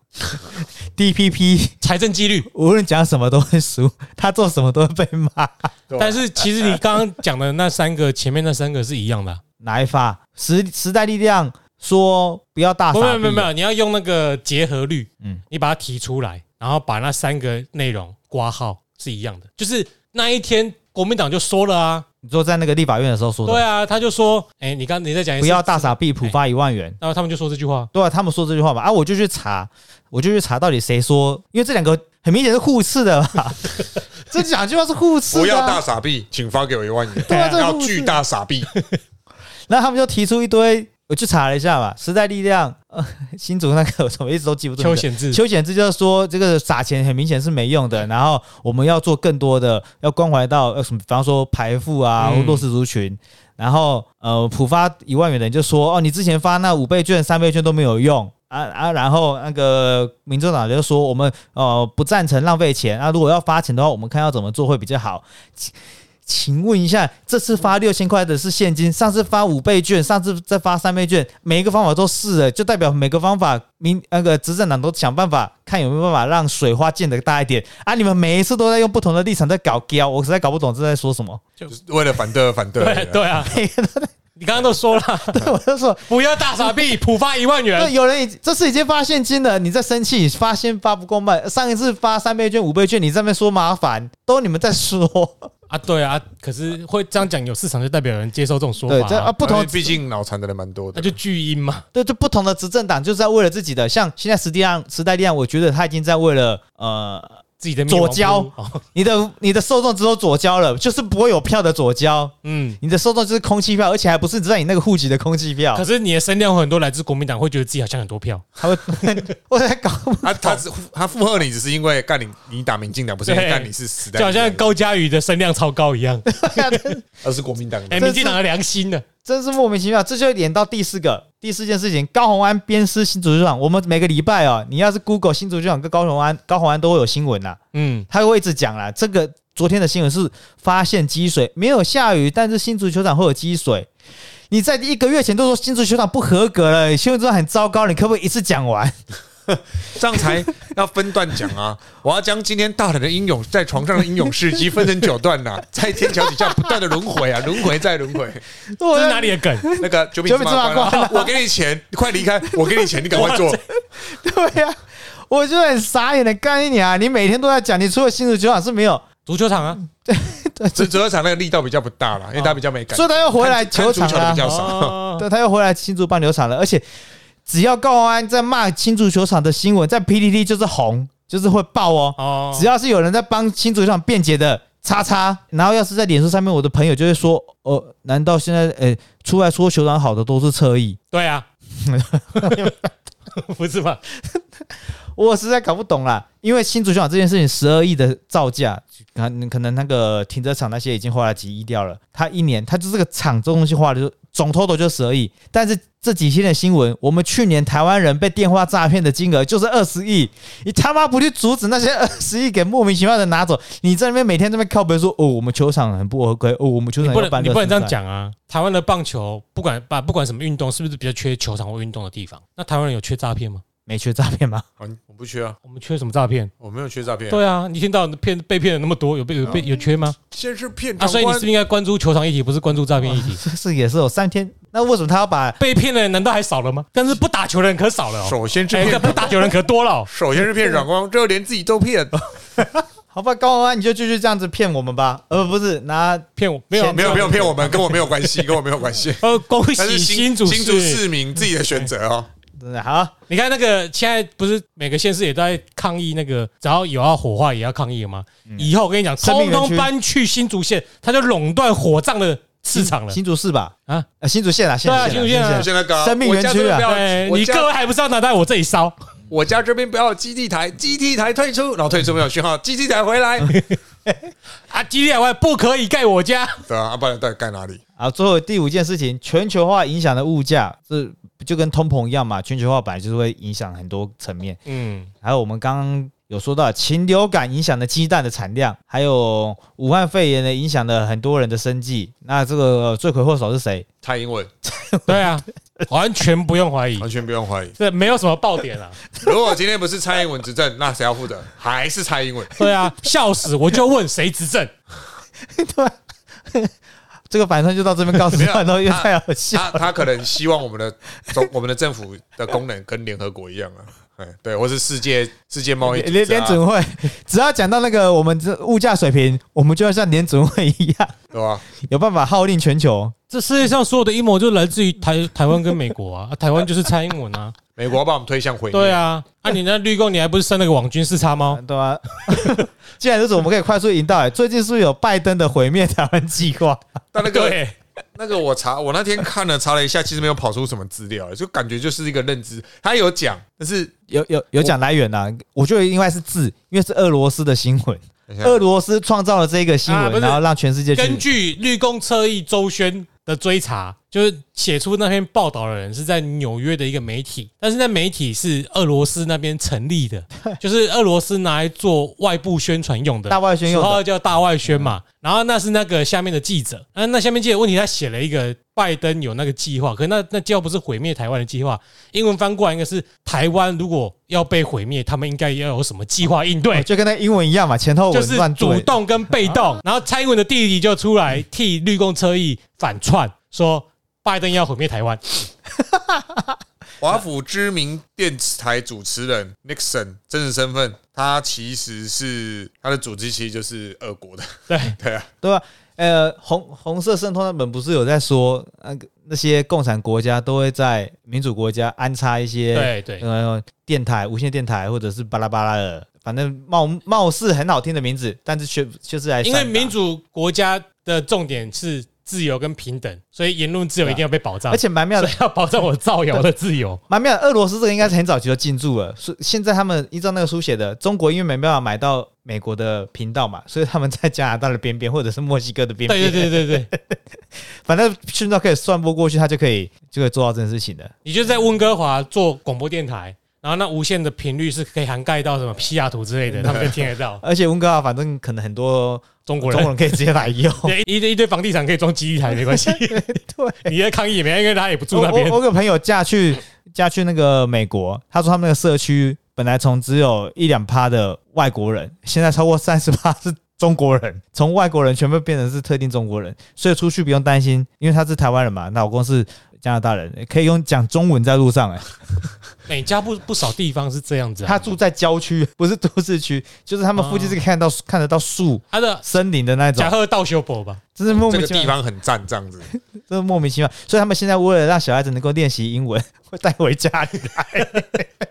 [SPEAKER 1] DPP
[SPEAKER 3] 财政 纪律，
[SPEAKER 1] 无论讲什么都会输，他做什么都会被骂。
[SPEAKER 2] 对吧
[SPEAKER 3] 但是其实你刚刚讲的那三个，前面那三个是一样 的啊、
[SPEAKER 1] 哪一发？时时代力量说不要大
[SPEAKER 3] 没
[SPEAKER 1] 傻逼
[SPEAKER 3] 有没有没有，你要用那个结合律，
[SPEAKER 1] 嗯
[SPEAKER 3] 嗯，你把它提出来，然后把那三个内容挂号是一样的，就是那一天国民党就说了啊，
[SPEAKER 1] 你说在那个立法院的时候说的
[SPEAKER 3] 对，啊，他就说，哎、你刚你再讲一次，
[SPEAKER 1] 不要大，傻
[SPEAKER 2] 哎
[SPEAKER 1] 逼，普发一万元。
[SPEAKER 3] 然后他们就说这句话，
[SPEAKER 1] 对啊，他们说这句话嘛，啊，我就去查，我就去查到底谁说，因为这两个很明显是互斥的 嘛，这两句话是互斥
[SPEAKER 2] 不
[SPEAKER 1] 的、
[SPEAKER 2] 要大
[SPEAKER 1] 啊。
[SPEAKER 2] 傻逼，请发给我一万元。
[SPEAKER 1] 对啊这个
[SPEAKER 2] 要
[SPEAKER 1] 故事
[SPEAKER 2] 巨大傻 逼，
[SPEAKER 1] 然后他们就提出一堆，我去查了一下嘛，时代力量，呃，新竹那个我怎么一直都记不住名
[SPEAKER 3] 邱
[SPEAKER 1] 字。
[SPEAKER 3] 显志，
[SPEAKER 1] 邱显志就是说，这个撒钱很明显是没用的，然后我们要做更多的，要关怀到呃什么，比方说排富啊、
[SPEAKER 3] 嗯
[SPEAKER 1] 弱势族群。然后呃，普发一万元的人就说，哦，你之前发那五倍券、三倍券都没有用。啊啊！然后那个民众党就说，我们呃不赞成浪费钱。啊，如果要发钱的话，我们看要怎么做会比较好。请请问一下，这次发六千块的是现金，上次发五倍券，上次再发三倍券，每一个方法都试了，就代表每个方法民那个执政党都想办法看有没有办法让水花溅得大一点啊！你们每一次都在用不同的立场在搞交，我实在搞不懂这在说什么。
[SPEAKER 2] 就是为了反对而反对而已
[SPEAKER 3] 对
[SPEAKER 2] 啊。
[SPEAKER 3] 对啊，你刚刚都 说了，
[SPEAKER 1] 对，我就说
[SPEAKER 3] 不要大傻逼，普发一万
[SPEAKER 1] 那
[SPEAKER 3] 元，
[SPEAKER 1] 有人已这次已经发现金了，你在生气，发现发不够慢。上一次发三倍券、五倍券，你在那边说麻烦，都你们在说。
[SPEAKER 3] 啊，对啊，可是会这样讲有市场，就代表有人接受这种说
[SPEAKER 1] 对，
[SPEAKER 3] 法
[SPEAKER 1] 这啊
[SPEAKER 3] 啊、
[SPEAKER 1] 不同
[SPEAKER 2] 因为毕竟脑残的人蛮多的。
[SPEAKER 3] 那就巨婴嘛，
[SPEAKER 1] 对，就不同的执政党就是在为了自己的，像现在时代力量，时代力量，我觉得他已经在为了呃
[SPEAKER 3] 自己的灭亡
[SPEAKER 1] 左交
[SPEAKER 3] 不如，哦
[SPEAKER 1] 你的你的受众只有左交了，就是不会有票的左交，
[SPEAKER 3] 嗯。
[SPEAKER 1] 你的受众就是空气票，而且还不是只在你那个户籍的空气票
[SPEAKER 3] 可，是你的声量会很多来自国民党，会觉得自己好像很多票，
[SPEAKER 1] 他会 我在搞
[SPEAKER 2] 他啊他只他附和你，只是因为干你你打民进党，不是因为
[SPEAKER 3] 对
[SPEAKER 2] 干你是时代
[SPEAKER 3] 就
[SPEAKER 2] 力
[SPEAKER 3] 好
[SPEAKER 2] 量，
[SPEAKER 3] 像高嘉瑜的声量超高一样。
[SPEAKER 2] 而是国民党的。
[SPEAKER 3] 哎，民进党的良心呢？
[SPEAKER 1] 真是莫名其妙，这就连到第四个第四件事情，高鸿安鞭尸新竹局长。我们每个礼拜哦，你要是 Google 新竹局长跟高鸿安，高鸿安都会有新闻呐、啊
[SPEAKER 3] 嗯，
[SPEAKER 1] 他会一直讲啦。这个昨天的新闻是发现积水，没有下雨，但是新竹球场会有积水。你在一个月前都说新竹球场不合格了，新闻组长很糟糕，你可不可以一次讲完？
[SPEAKER 2] 这样才要分段讲啊！我要将今天大胆的英勇在床上的英勇事迹分成九段呐、啊 在天桥底下不断的轮回啊，轮回再轮回。
[SPEAKER 3] 这
[SPEAKER 1] 这
[SPEAKER 3] 是哪里的梗？
[SPEAKER 2] 那个九品芝
[SPEAKER 1] 九品
[SPEAKER 2] 麻官、
[SPEAKER 1] 芝麻官
[SPEAKER 2] 啊，我给你钱，你快离开！我给你钱，你赶快 做。
[SPEAKER 1] 对呀、我就很傻眼的干你啊！你每天都在讲，你除了新竹球场是没有，
[SPEAKER 3] 足球 场啊，
[SPEAKER 2] 只主要场那个力道比较不大啦，因为他比较没感
[SPEAKER 1] 所以他又回来
[SPEAKER 2] 看
[SPEAKER 1] 球场
[SPEAKER 2] 看足球的
[SPEAKER 1] 啊
[SPEAKER 2] 比。较少。
[SPEAKER 3] 哦
[SPEAKER 1] 对，他又回来新竹棒球场了，而且只要高安在骂新竹球场的新闻，在 PDD 就是红，就是会爆哦。
[SPEAKER 3] 哦
[SPEAKER 1] 只要是有人在帮新竹球场辩解的，叉叉，然后要是在脸书上面，我的朋友就会说，哦，难道现在呃出来说球场好的都是侧翼？
[SPEAKER 3] 对 啊， 不是吧？
[SPEAKER 1] 我实在搞不懂啦，因为新足球场这件事情，十二亿的造价，可能可能那个停车场那些已经花了几亿掉了。他一年，他就这个场这东西花的就总 total 就十二亿，但是这几天的新闻，我们去年台湾人被电话诈骗的金额就是二十亿，你他妈不去阻止那些二十亿给莫名其妙的拿走，你在那边每天这边靠北说哦，我们球场很不合规，哦，我们球
[SPEAKER 3] 你
[SPEAKER 1] 场
[SPEAKER 3] 不
[SPEAKER 1] 要办
[SPEAKER 3] 能，你
[SPEAKER 1] 热
[SPEAKER 3] 不能
[SPEAKER 1] 身
[SPEAKER 3] 这样
[SPEAKER 1] 赛。
[SPEAKER 3] 讲啊！台湾的棒球，不管把不管什么运动，是不是比较缺球场或运动的地方？那台湾人有缺诈骗吗？
[SPEAKER 1] 没缺诈骗吗？
[SPEAKER 2] 啊我不缺啊，
[SPEAKER 3] 我们缺什么诈骗？
[SPEAKER 2] 我没有缺诈骗。
[SPEAKER 3] 对啊，你一天到晚骗被骗了那么多，有被有被有缺吗？
[SPEAKER 2] 先是骗
[SPEAKER 3] 啊，
[SPEAKER 2] 长
[SPEAKER 3] 所以啊你
[SPEAKER 2] 官
[SPEAKER 3] 是不是应该关注球场议题，不是关注诈骗议 题？
[SPEAKER 1] 这是也是有三天，那为什么他要把
[SPEAKER 3] 被骗的人难道还少了吗？但是不打球的人可少了哦，
[SPEAKER 2] 首先是
[SPEAKER 3] 哎，
[SPEAKER 2] 骗
[SPEAKER 3] 个不打球的人可多了哦。
[SPEAKER 2] 首先是骗长官，这连自己都骗，
[SPEAKER 1] 好吧，高文安你就继续这样子骗我们吧？呃，不是拿
[SPEAKER 3] 骗我没有
[SPEAKER 2] 没有没有骗我们，跟我没有关 系，跟我没有关系。
[SPEAKER 3] 呃，恭
[SPEAKER 2] 但
[SPEAKER 3] 喜
[SPEAKER 2] 是新
[SPEAKER 3] 新主
[SPEAKER 2] 新竹
[SPEAKER 3] 市。
[SPEAKER 2] 市嗯民自己的选择哦。
[SPEAKER 1] 真的好，
[SPEAKER 3] 你看那个现在不是每个县市也都在抗议那个，只要有要火化也要抗议了吗？
[SPEAKER 2] 嗯
[SPEAKER 3] 以后我跟你讲，
[SPEAKER 1] 生命园
[SPEAKER 3] 通
[SPEAKER 1] 区
[SPEAKER 3] 通搬去新竹县，他就垄断火葬的市场了。
[SPEAKER 1] 新竹市吧？
[SPEAKER 3] 啊
[SPEAKER 1] 啊，新竹县啊，新
[SPEAKER 3] 对啊
[SPEAKER 1] 竹
[SPEAKER 3] 新竹县
[SPEAKER 1] 县
[SPEAKER 3] 啊
[SPEAKER 1] 啊，
[SPEAKER 2] 我现在刚
[SPEAKER 1] 生命园区啊
[SPEAKER 3] 对，
[SPEAKER 2] 我
[SPEAKER 3] 你
[SPEAKER 2] 家
[SPEAKER 3] 各位还不是要拿在我这里烧？
[SPEAKER 2] 我家这边不要基地台，基地台退出，然后退出没有讯号，基地台回 来，
[SPEAKER 3] 啊，基地海外不可以盖我家，
[SPEAKER 2] 对啊，啊不然到底盖哪里？
[SPEAKER 1] 啊，最后第五件事情，全球化影响的物价，这就跟通膨一样嘛，全球化本来就是会影响很多层面。
[SPEAKER 3] 嗯，
[SPEAKER 1] 还有我们刚刚有说到禽流感影响的鸡蛋的产量，还有武汉肺炎的影响了很多人的生计。那这个罪魁祸首是谁？
[SPEAKER 2] 蔡英文
[SPEAKER 3] 对啊， 完全不用怀疑，
[SPEAKER 2] 完全不用怀疑。
[SPEAKER 3] 这没有什么爆 点啊。
[SPEAKER 2] 如果今天不是蔡英文执政，那谁要负责？还是蔡英文？
[SPEAKER 3] 对啊，笑死！我就问谁执政？
[SPEAKER 1] 这个反正就到这边告诉
[SPEAKER 2] 没
[SPEAKER 1] 你，
[SPEAKER 2] 有
[SPEAKER 1] 然后又
[SPEAKER 2] 他
[SPEAKER 1] 太好 笑。
[SPEAKER 2] 他他可能希望我们的总我们的政府的功能跟联合国一样啊，哎对，或是世界世 界贸易组织啊
[SPEAKER 1] 联联准会，只要讲到那个我们这物价水平，我们就要像联准会一样，
[SPEAKER 2] 对吧？
[SPEAKER 1] 有办法号令全球。
[SPEAKER 3] 这世界上所有的阴谋就来自于台台湾跟美国啊，啊台湾就是蔡英文 啊，
[SPEAKER 2] 美国把我们推向毁灭，
[SPEAKER 3] 对啊，啊你那绿共你还不是生了个网军四叉猫？
[SPEAKER 1] 对啊， 既然如此，我们可以快速引导、欸。最近是不是有拜登的毁灭台湾计划？
[SPEAKER 2] 但那个
[SPEAKER 3] 对，啊
[SPEAKER 2] 那个我查，我那天看了查了一下，其实没有跑出什么资料，欸就感觉就是一个认知。他有讲，但是
[SPEAKER 1] 有有有讲来源呐、我觉得应该是字，因为是俄罗斯的新 闻，
[SPEAKER 2] 等一下
[SPEAKER 1] 俄罗斯创造了这个新闻，
[SPEAKER 3] 啊不是
[SPEAKER 1] 然后让全世界去。
[SPEAKER 3] 根据绿共侧翼周宣的追查，就是写出那篇报道的人是在纽约的一个媒体，但是那媒体是俄罗斯那边成 立的，就是俄罗斯拿来做外部宣传用的，
[SPEAKER 1] 大外宣用的
[SPEAKER 3] 然后叫大外宣嘛。然后那是那个下面的记者，那那下面记者问题他写了一个拜登有那个计划，可是那那计划不是毁灭台湾的计划，英文翻过来应该是台湾如果要被毁灭，他们应该要有什么计划应对
[SPEAKER 1] 哦？就跟那英文一样嘛，前后
[SPEAKER 3] 就
[SPEAKER 1] 文
[SPEAKER 3] 是
[SPEAKER 1] 乱做
[SPEAKER 3] 主。动跟被动。然后蔡英文的弟弟就出来替绿共车翼反串，说拜登要毁灭台湾。
[SPEAKER 2] 华府知名电视台主持人 Nixon 真实身份，他其实是他的组织其实就是俄国的，
[SPEAKER 3] 对，
[SPEAKER 2] 对啊，
[SPEAKER 1] 对吧、呃，红红色渗透那本不是有在说，那个那些共产国家都会在民主国家安插一些
[SPEAKER 3] 对对
[SPEAKER 1] 呃电台、无线电台或者是巴拉巴拉的，反正貌貌似很好听的名字，但是却却是来
[SPEAKER 3] 因为
[SPEAKER 1] 煽打
[SPEAKER 3] 民，主国家的重点是自由跟平等，所以言论自由一定要被保障，
[SPEAKER 1] 而且蛮妙
[SPEAKER 3] 所
[SPEAKER 1] 的
[SPEAKER 3] 以，要保障我造谣的自由。
[SPEAKER 1] 蛮妙的。俄罗斯这个应该是很早期就进驻了，是现在他们依照那个书写的，中国因为没办法买到美国的频道嘛，所以他们在加拿大的边边或者是墨西哥的边边，
[SPEAKER 3] 对对对对对对，
[SPEAKER 1] 反正讯到可以算播过去，他就可以就可以做到这件事情的。
[SPEAKER 3] 你就在温哥华做广播电台。然后那无线的频率是可以涵盖到什么西雅图之类的，他们就听得到
[SPEAKER 1] 而且温哥华反正可能很多
[SPEAKER 3] 中国
[SPEAKER 1] 中国人
[SPEAKER 3] 人。
[SPEAKER 1] 可以直接来 用。
[SPEAKER 3] 对，一堆一堆房地产可以装基地台，没关系。
[SPEAKER 1] 对，
[SPEAKER 3] 你在抗议也没用，因为他也不住
[SPEAKER 1] 我
[SPEAKER 3] 那边
[SPEAKER 1] 我。我有个朋友嫁去嫁去那个美国，他说他们那个社区本来从只有一两趴的外国人，现在超过三十趴是中国人， 从外国人全部变成是特定中国人，所以出去不用担心，因为他是台湾人嘛，那老公是加拿大人，可以用讲中文在路上、哎，
[SPEAKER 3] 美加不不少地方是这样子、啊，
[SPEAKER 1] 他住在郊区，不是都市区，就是他们附近是可以看到、看得到树。
[SPEAKER 3] 他的
[SPEAKER 1] 森林的那种
[SPEAKER 3] 假，贺道修博吧，
[SPEAKER 1] 真是莫
[SPEAKER 2] 这
[SPEAKER 1] 名
[SPEAKER 2] 个
[SPEAKER 1] 其
[SPEAKER 2] 地
[SPEAKER 1] 妙，
[SPEAKER 2] 方很赞，这样子。
[SPEAKER 1] 真是莫名其妙。所以他们现在为了让小孩子能够练习英文，会带回家里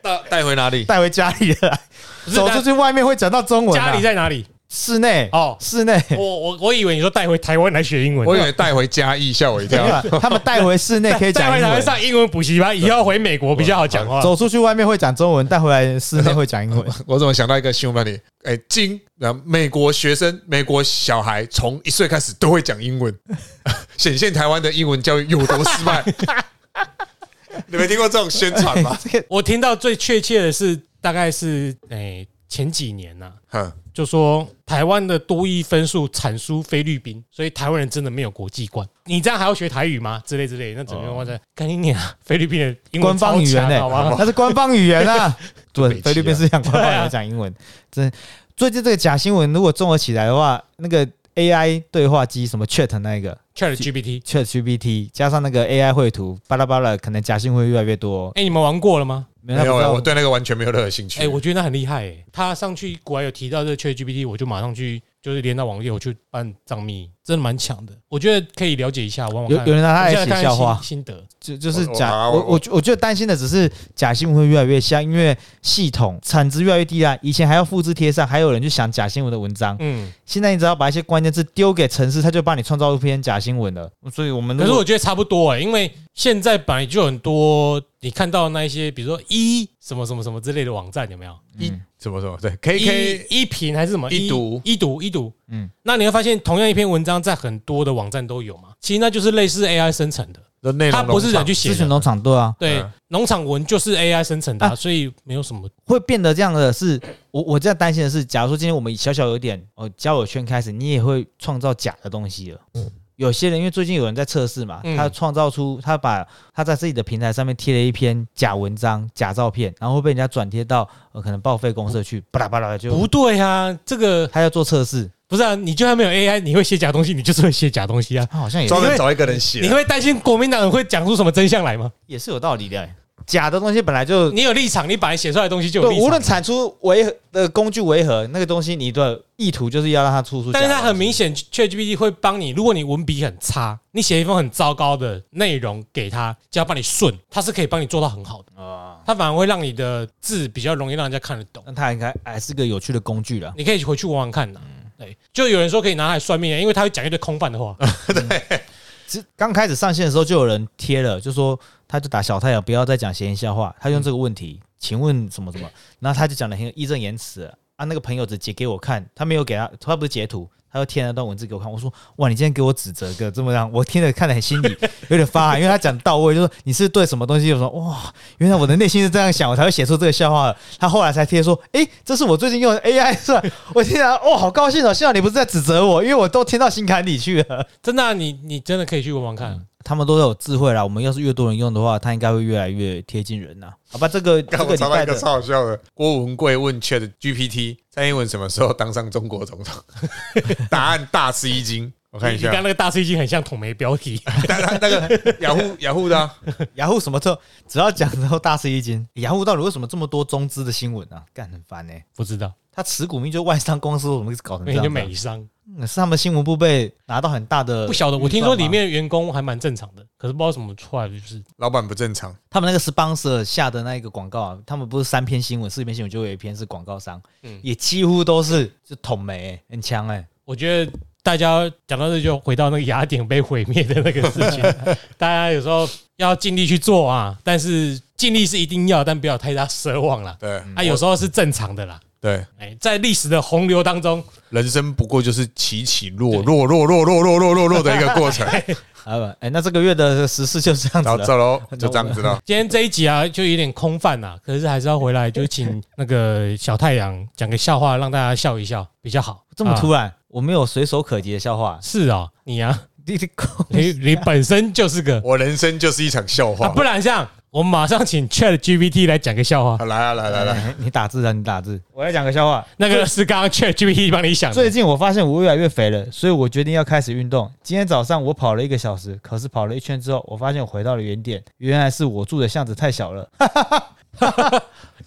[SPEAKER 2] 带带回哪里？
[SPEAKER 1] 带回家里了，
[SPEAKER 3] 不是
[SPEAKER 1] 走出去外面会讲到中文、啊。
[SPEAKER 3] 家里在哪里？
[SPEAKER 1] 室内
[SPEAKER 3] 哦
[SPEAKER 1] 室内。
[SPEAKER 3] 我我我以为你说带回台湾来学英文，啊
[SPEAKER 2] 我以为带回嘉义，吓我一
[SPEAKER 1] 没有
[SPEAKER 2] 跳。
[SPEAKER 1] 啊他们带回 室内可以
[SPEAKER 3] 带
[SPEAKER 1] 讲
[SPEAKER 3] 回
[SPEAKER 1] 英
[SPEAKER 3] 台湾
[SPEAKER 1] 文，
[SPEAKER 3] 上英文补习班，以后回美国比较好讲话。
[SPEAKER 1] 走出去外面会讲中文，带回来室内会讲英 文。
[SPEAKER 2] 我怎么想到一个新闻标题？哎，经然后美国学生、美国小孩从一岁开始都会讲英文， 显现台湾的英文教育有多失败。 你没听过这种宣传 吗？
[SPEAKER 1] 这个
[SPEAKER 3] 哎我听到最确切的是，大概是诶、前几年呐、啊
[SPEAKER 2] 哼，
[SPEAKER 3] 就说台湾的多益分数惨输菲律宾，所以台湾人真的没有国际观。你这样还要学台语吗？之类之类，那怎么样？我在赶紧念菲律宾的英文
[SPEAKER 1] 哦官
[SPEAKER 3] 超
[SPEAKER 1] 方语言欸
[SPEAKER 3] 强，
[SPEAKER 1] 呢、
[SPEAKER 3] 好吗？
[SPEAKER 1] 那是官方语言 啊。对，
[SPEAKER 2] 北齐啊
[SPEAKER 1] 菲律宾是讲官方语言，讲英文。真最近这个假新闻，如果综合起来的话，那个 AI 对话机什么 Chat 那一个
[SPEAKER 3] Chat GPT，
[SPEAKER 1] Chat GPT 加上那个 AI 绘图，巴拉巴拉，可能假新闻会越来越多、哦。
[SPEAKER 3] 哎，你们玩过了吗？
[SPEAKER 1] 没
[SPEAKER 2] 没有、
[SPEAKER 1] 不知
[SPEAKER 2] 欸，
[SPEAKER 1] 道
[SPEAKER 2] 我对那个完全没有任何兴趣。
[SPEAKER 3] 哎、我觉得那很厉害、欸。他上去国外有提到这个 ChatGPT，我就马上去，就是连到网页，我去办账密，真的蛮强的。我觉得可以了解一下，玩玩
[SPEAKER 1] 有
[SPEAKER 3] 看。
[SPEAKER 1] 有人拿它
[SPEAKER 3] 我
[SPEAKER 1] 来
[SPEAKER 3] 现在
[SPEAKER 1] 写
[SPEAKER 3] 看看
[SPEAKER 1] 笑话
[SPEAKER 3] 心，心得，
[SPEAKER 1] 就就是
[SPEAKER 2] 我我
[SPEAKER 1] 假
[SPEAKER 2] 啊
[SPEAKER 1] 我
[SPEAKER 2] 我
[SPEAKER 1] 我我觉得担心的只是假新闻会越来越像，因为系统产值越来越低啦。以前还要复制贴上，还有人去想假新闻的文章，
[SPEAKER 3] 嗯。
[SPEAKER 1] 现在你只要把一些关键字丢给城市，它就帮你创造一篇假新闻了。所以我们如
[SPEAKER 3] 可
[SPEAKER 1] 果
[SPEAKER 3] 是我觉得差不多哎、因为现在本来就很多你看到那一些，比如说一什么什么什么之类的网站，有没有？
[SPEAKER 1] 嗯
[SPEAKER 2] 一怎么说？对
[SPEAKER 3] 一
[SPEAKER 2] ，KK
[SPEAKER 3] 一评还是什么
[SPEAKER 2] 一读
[SPEAKER 3] 一读一读，
[SPEAKER 1] 嗯
[SPEAKER 3] 嗯，那你会发现同样一篇文章在很多的网站都有嘛，其实那就是类似 AI 生成的，
[SPEAKER 2] 的内容
[SPEAKER 3] 它不是
[SPEAKER 2] 农
[SPEAKER 3] 人
[SPEAKER 2] 场
[SPEAKER 3] 去写
[SPEAKER 1] 咨询农
[SPEAKER 3] 的，
[SPEAKER 1] 场对啊，
[SPEAKER 3] 对
[SPEAKER 2] 嗯，
[SPEAKER 3] 农场文就是 AI 生成的啊、
[SPEAKER 1] 啊
[SPEAKER 3] 所以没有什么
[SPEAKER 1] 会变得这样的是，我我这样担心的是，假如说今天我们小小有点哦交友圈开始，你也会创造假的东西了。有些人因为最近有人在测试嘛，
[SPEAKER 3] 嗯
[SPEAKER 1] 他创造出他把他在自己的平台上面贴了一篇假文章、假照片，然后会被人家转贴到呃可能报废公社去，巴拉巴拉就
[SPEAKER 3] 不对啊，这个
[SPEAKER 1] 他要做测试，
[SPEAKER 3] 不是啊，你就算没有 AI，你会写假东西，你就是会写假东西啊。
[SPEAKER 1] 他好像也
[SPEAKER 2] 专
[SPEAKER 1] 是
[SPEAKER 2] 门找一个人
[SPEAKER 3] 你
[SPEAKER 1] 啊
[SPEAKER 2] 写。
[SPEAKER 3] 会担心国民党人会讲出什么真相来吗？
[SPEAKER 1] 也是有道理的、假的东西本来就
[SPEAKER 3] 你有立场，你本来写出来的东西就有立
[SPEAKER 1] 呃对，
[SPEAKER 3] 场。
[SPEAKER 1] 无论产出为何的工具为何，那个东西你的意图就是要让它出出假
[SPEAKER 3] 但
[SPEAKER 1] 的东西，
[SPEAKER 3] 是它很明显，ChatGPT 会帮你。如果你文笔很差，你写一封很糟糕的内容给它，叫它帮你顺，它是可以帮你做到很好的。
[SPEAKER 1] 啊，
[SPEAKER 3] 它反而会让你的字比较容易让人家看得懂。
[SPEAKER 1] 那它应该还是个有趣的工具了。
[SPEAKER 3] 你可以回去玩玩看呐。
[SPEAKER 1] 嗯
[SPEAKER 3] 对，就有人说可以拿来算命，因为它会讲一堆空泛的话。
[SPEAKER 1] 只刚开始上线的时候，就有人贴了，就说他就打小太阳，不要再讲谐音笑话。他用这个问题，请问什么什么，然后他就讲的很有义正言辞啊。那个朋友只截给我看，他没有给他，他不是截图，他就贴了段文字给我看。我说哇，你今天给我指责个这么样，我听着看得很心里有点发寒，因为他讲得到位，就说你是对什么东西有什么哇，原来我的内心是这样想，我才会写出这个笑话的。他后来才贴说，诶，这是我最近用的 AI 是吧？我听到哦，好高兴哦，幸好你不是在指责我，因为我都听到心坎里去了。
[SPEAKER 3] 真的啊、你你真的可以去玩玩
[SPEAKER 2] 嗯
[SPEAKER 3] 看。
[SPEAKER 1] 嗯他们都有智慧啦。我们要是越多人用的话，它应该会越来越贴近人呐。好吧，这个这
[SPEAKER 2] 刚
[SPEAKER 1] 个
[SPEAKER 2] 我
[SPEAKER 1] 礼
[SPEAKER 2] 查到
[SPEAKER 1] 拜
[SPEAKER 2] 一个
[SPEAKER 1] 的
[SPEAKER 2] 超好笑的， 郭文贵问 Chat GPT 蔡英文什么时候当上中国总统， 答案大吃一惊。我
[SPEAKER 3] 我
[SPEAKER 2] 看一
[SPEAKER 3] 你刚
[SPEAKER 2] 下，
[SPEAKER 3] 刚那个大吃一惊很像统媒 标题，
[SPEAKER 2] 但他那个雅虎雅虎的啊
[SPEAKER 1] 雅虎什么特，只要讲之后大吃一惊。雅虎到底为什么这么多中资的新闻啊？干很烦呢、
[SPEAKER 3] 不知道，
[SPEAKER 1] 他持股命就外商公司，我们搞成这
[SPEAKER 3] 那你
[SPEAKER 1] 样
[SPEAKER 3] 就
[SPEAKER 1] 子啊？
[SPEAKER 3] 美商
[SPEAKER 1] 嗯是他们新闻部被拿到很大的
[SPEAKER 3] 不晓得。我听
[SPEAKER 1] 预
[SPEAKER 3] 说
[SPEAKER 1] 算吗
[SPEAKER 3] 里面员工还蛮正常的，可是不知道怎么出来的就是
[SPEAKER 2] 老板不正常，
[SPEAKER 1] 他们那个 sponsor 下的那一个广告啊，他们不是三篇新闻，四篇新闻就有一篇是广告商，
[SPEAKER 3] 嗯
[SPEAKER 1] 也几乎都是就捅媒欸、很强哎、
[SPEAKER 3] 我觉得大家讲到这就回到那个雅典被毁灭的那个事 情，大家有时候要尽力去做啊，但是尽力是一定要，但不要太大奢望啦。
[SPEAKER 2] 对
[SPEAKER 3] 啊，有时候是正常的啦。
[SPEAKER 2] 对，
[SPEAKER 3] 哎，在历史的洪流当中，
[SPEAKER 2] 人生不过就是起起落落落落落落落落落的一个过程。
[SPEAKER 1] 啊不，哎、那这个月的时事就这样子
[SPEAKER 2] 到
[SPEAKER 1] 了。
[SPEAKER 2] 这喽，就这样子了。
[SPEAKER 3] 今天这一集啊，就有点空泛啦，可是还是要回来，就请那个小太阳讲个笑话，让大家笑一笑比较好。
[SPEAKER 1] 这么突
[SPEAKER 3] 啊
[SPEAKER 1] 然，我没有随手可及的笑话。
[SPEAKER 3] 是啊，你啊，
[SPEAKER 1] 你你
[SPEAKER 3] 你你本身就是 个
[SPEAKER 2] 我人生就是一场笑
[SPEAKER 3] 啊，
[SPEAKER 2] 话
[SPEAKER 3] 不。然这样，我们马上请 Chat GPT 来讲个笑话
[SPEAKER 2] 啊。来啊来来来，
[SPEAKER 1] 来， 你打字啊，你打字。我要讲个笑话。
[SPEAKER 3] 那个是刚刚 Chat GPT 帮你想的
[SPEAKER 1] 最。近我发现我越来越肥了，所以我决定要开始运动。今天早上我跑了一个小时，可是跑了一圈之后，我发现我回到了原点，原来是我住的巷子太小了。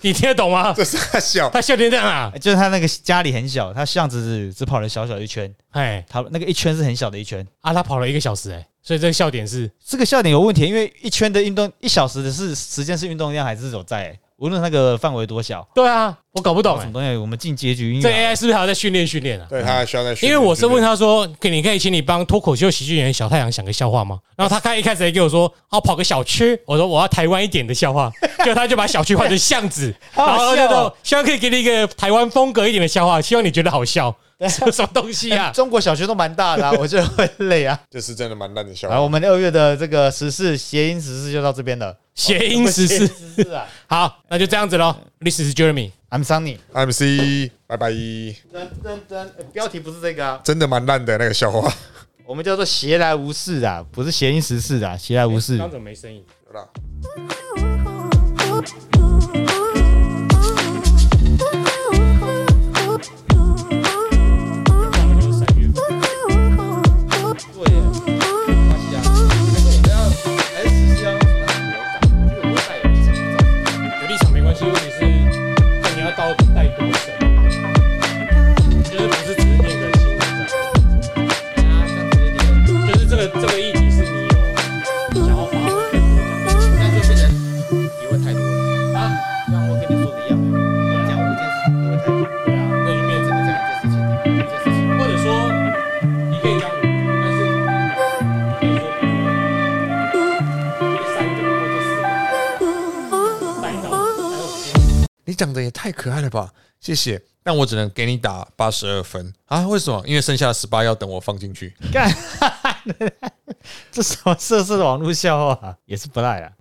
[SPEAKER 3] 你听得懂吗？
[SPEAKER 2] 这是他笑。
[SPEAKER 3] 他笑成这样啊！
[SPEAKER 1] 就是他那个家里很小，他巷子只只跑了小小一圈，
[SPEAKER 3] 哎，
[SPEAKER 1] 他那个一圈是很小的一圈。
[SPEAKER 3] 啊，他跑了一个小时哎、所以这个笑点是
[SPEAKER 1] 这个笑点有问题，因为一圈的运动一小时的是时间是运动量还是有在、无论那个范围多小，
[SPEAKER 3] 对啊，我搞不懂
[SPEAKER 1] 什
[SPEAKER 3] 哎、
[SPEAKER 1] 么东西我们进结局音
[SPEAKER 3] 这
[SPEAKER 1] 乐啊
[SPEAKER 3] AI 是不是还要再训练训练啊？
[SPEAKER 2] 对他还需要在，
[SPEAKER 3] 因为我是问，他说，可你可以请你帮脱口秀喜剧演员小太阳想个笑话吗？然后他看一开始还给我说，哦，跑个小区，我说我要台湾一点的笑话，就他就把小区换成巷子，
[SPEAKER 1] 好
[SPEAKER 3] 然
[SPEAKER 1] 好
[SPEAKER 3] 后
[SPEAKER 1] 笑
[SPEAKER 3] 就
[SPEAKER 1] 哦
[SPEAKER 3] 说希望可以给你一个台湾风格一点的笑话，希望你觉得好笑。 什什么东西 啊？
[SPEAKER 1] 中国小学都蛮大的、啊，我觉得会累啊。
[SPEAKER 2] 这是真的蛮烂的笑
[SPEAKER 1] 好，
[SPEAKER 2] 话。
[SPEAKER 1] 我们二月的这个时事谐音时事就到这边了。
[SPEAKER 3] 谐音时事。
[SPEAKER 1] 时事啊
[SPEAKER 3] 好，那就这样子喽。This is Jeremy。
[SPEAKER 1] ，I'm Sunny。
[SPEAKER 2] MC，拜拜。
[SPEAKER 1] 噔噔噔，呃标题不是这个啊，
[SPEAKER 2] 真的蛮烂的那个笑话。
[SPEAKER 1] 我们叫做闲来无事啊，不是谐音时事啊，闲来无事。
[SPEAKER 3] 怎么没声音？
[SPEAKER 2] 有啦
[SPEAKER 3] 有立场没关系，问题是看你要到带多深，就是不是只是念个新闻这样，就是这个这个议题是你有想要发挥更多的。对啊，那就变成或者说你可以这样，但是你可以说比如说第三个或者四个带到带到时间
[SPEAKER 2] 你长得也太可爱了吧，谢谢。但我只能给你打八十二分啊？为什么？因为剩下十八要等我放进去。
[SPEAKER 1] 干，这什么色色的网络笑话啊、也是不赖啊。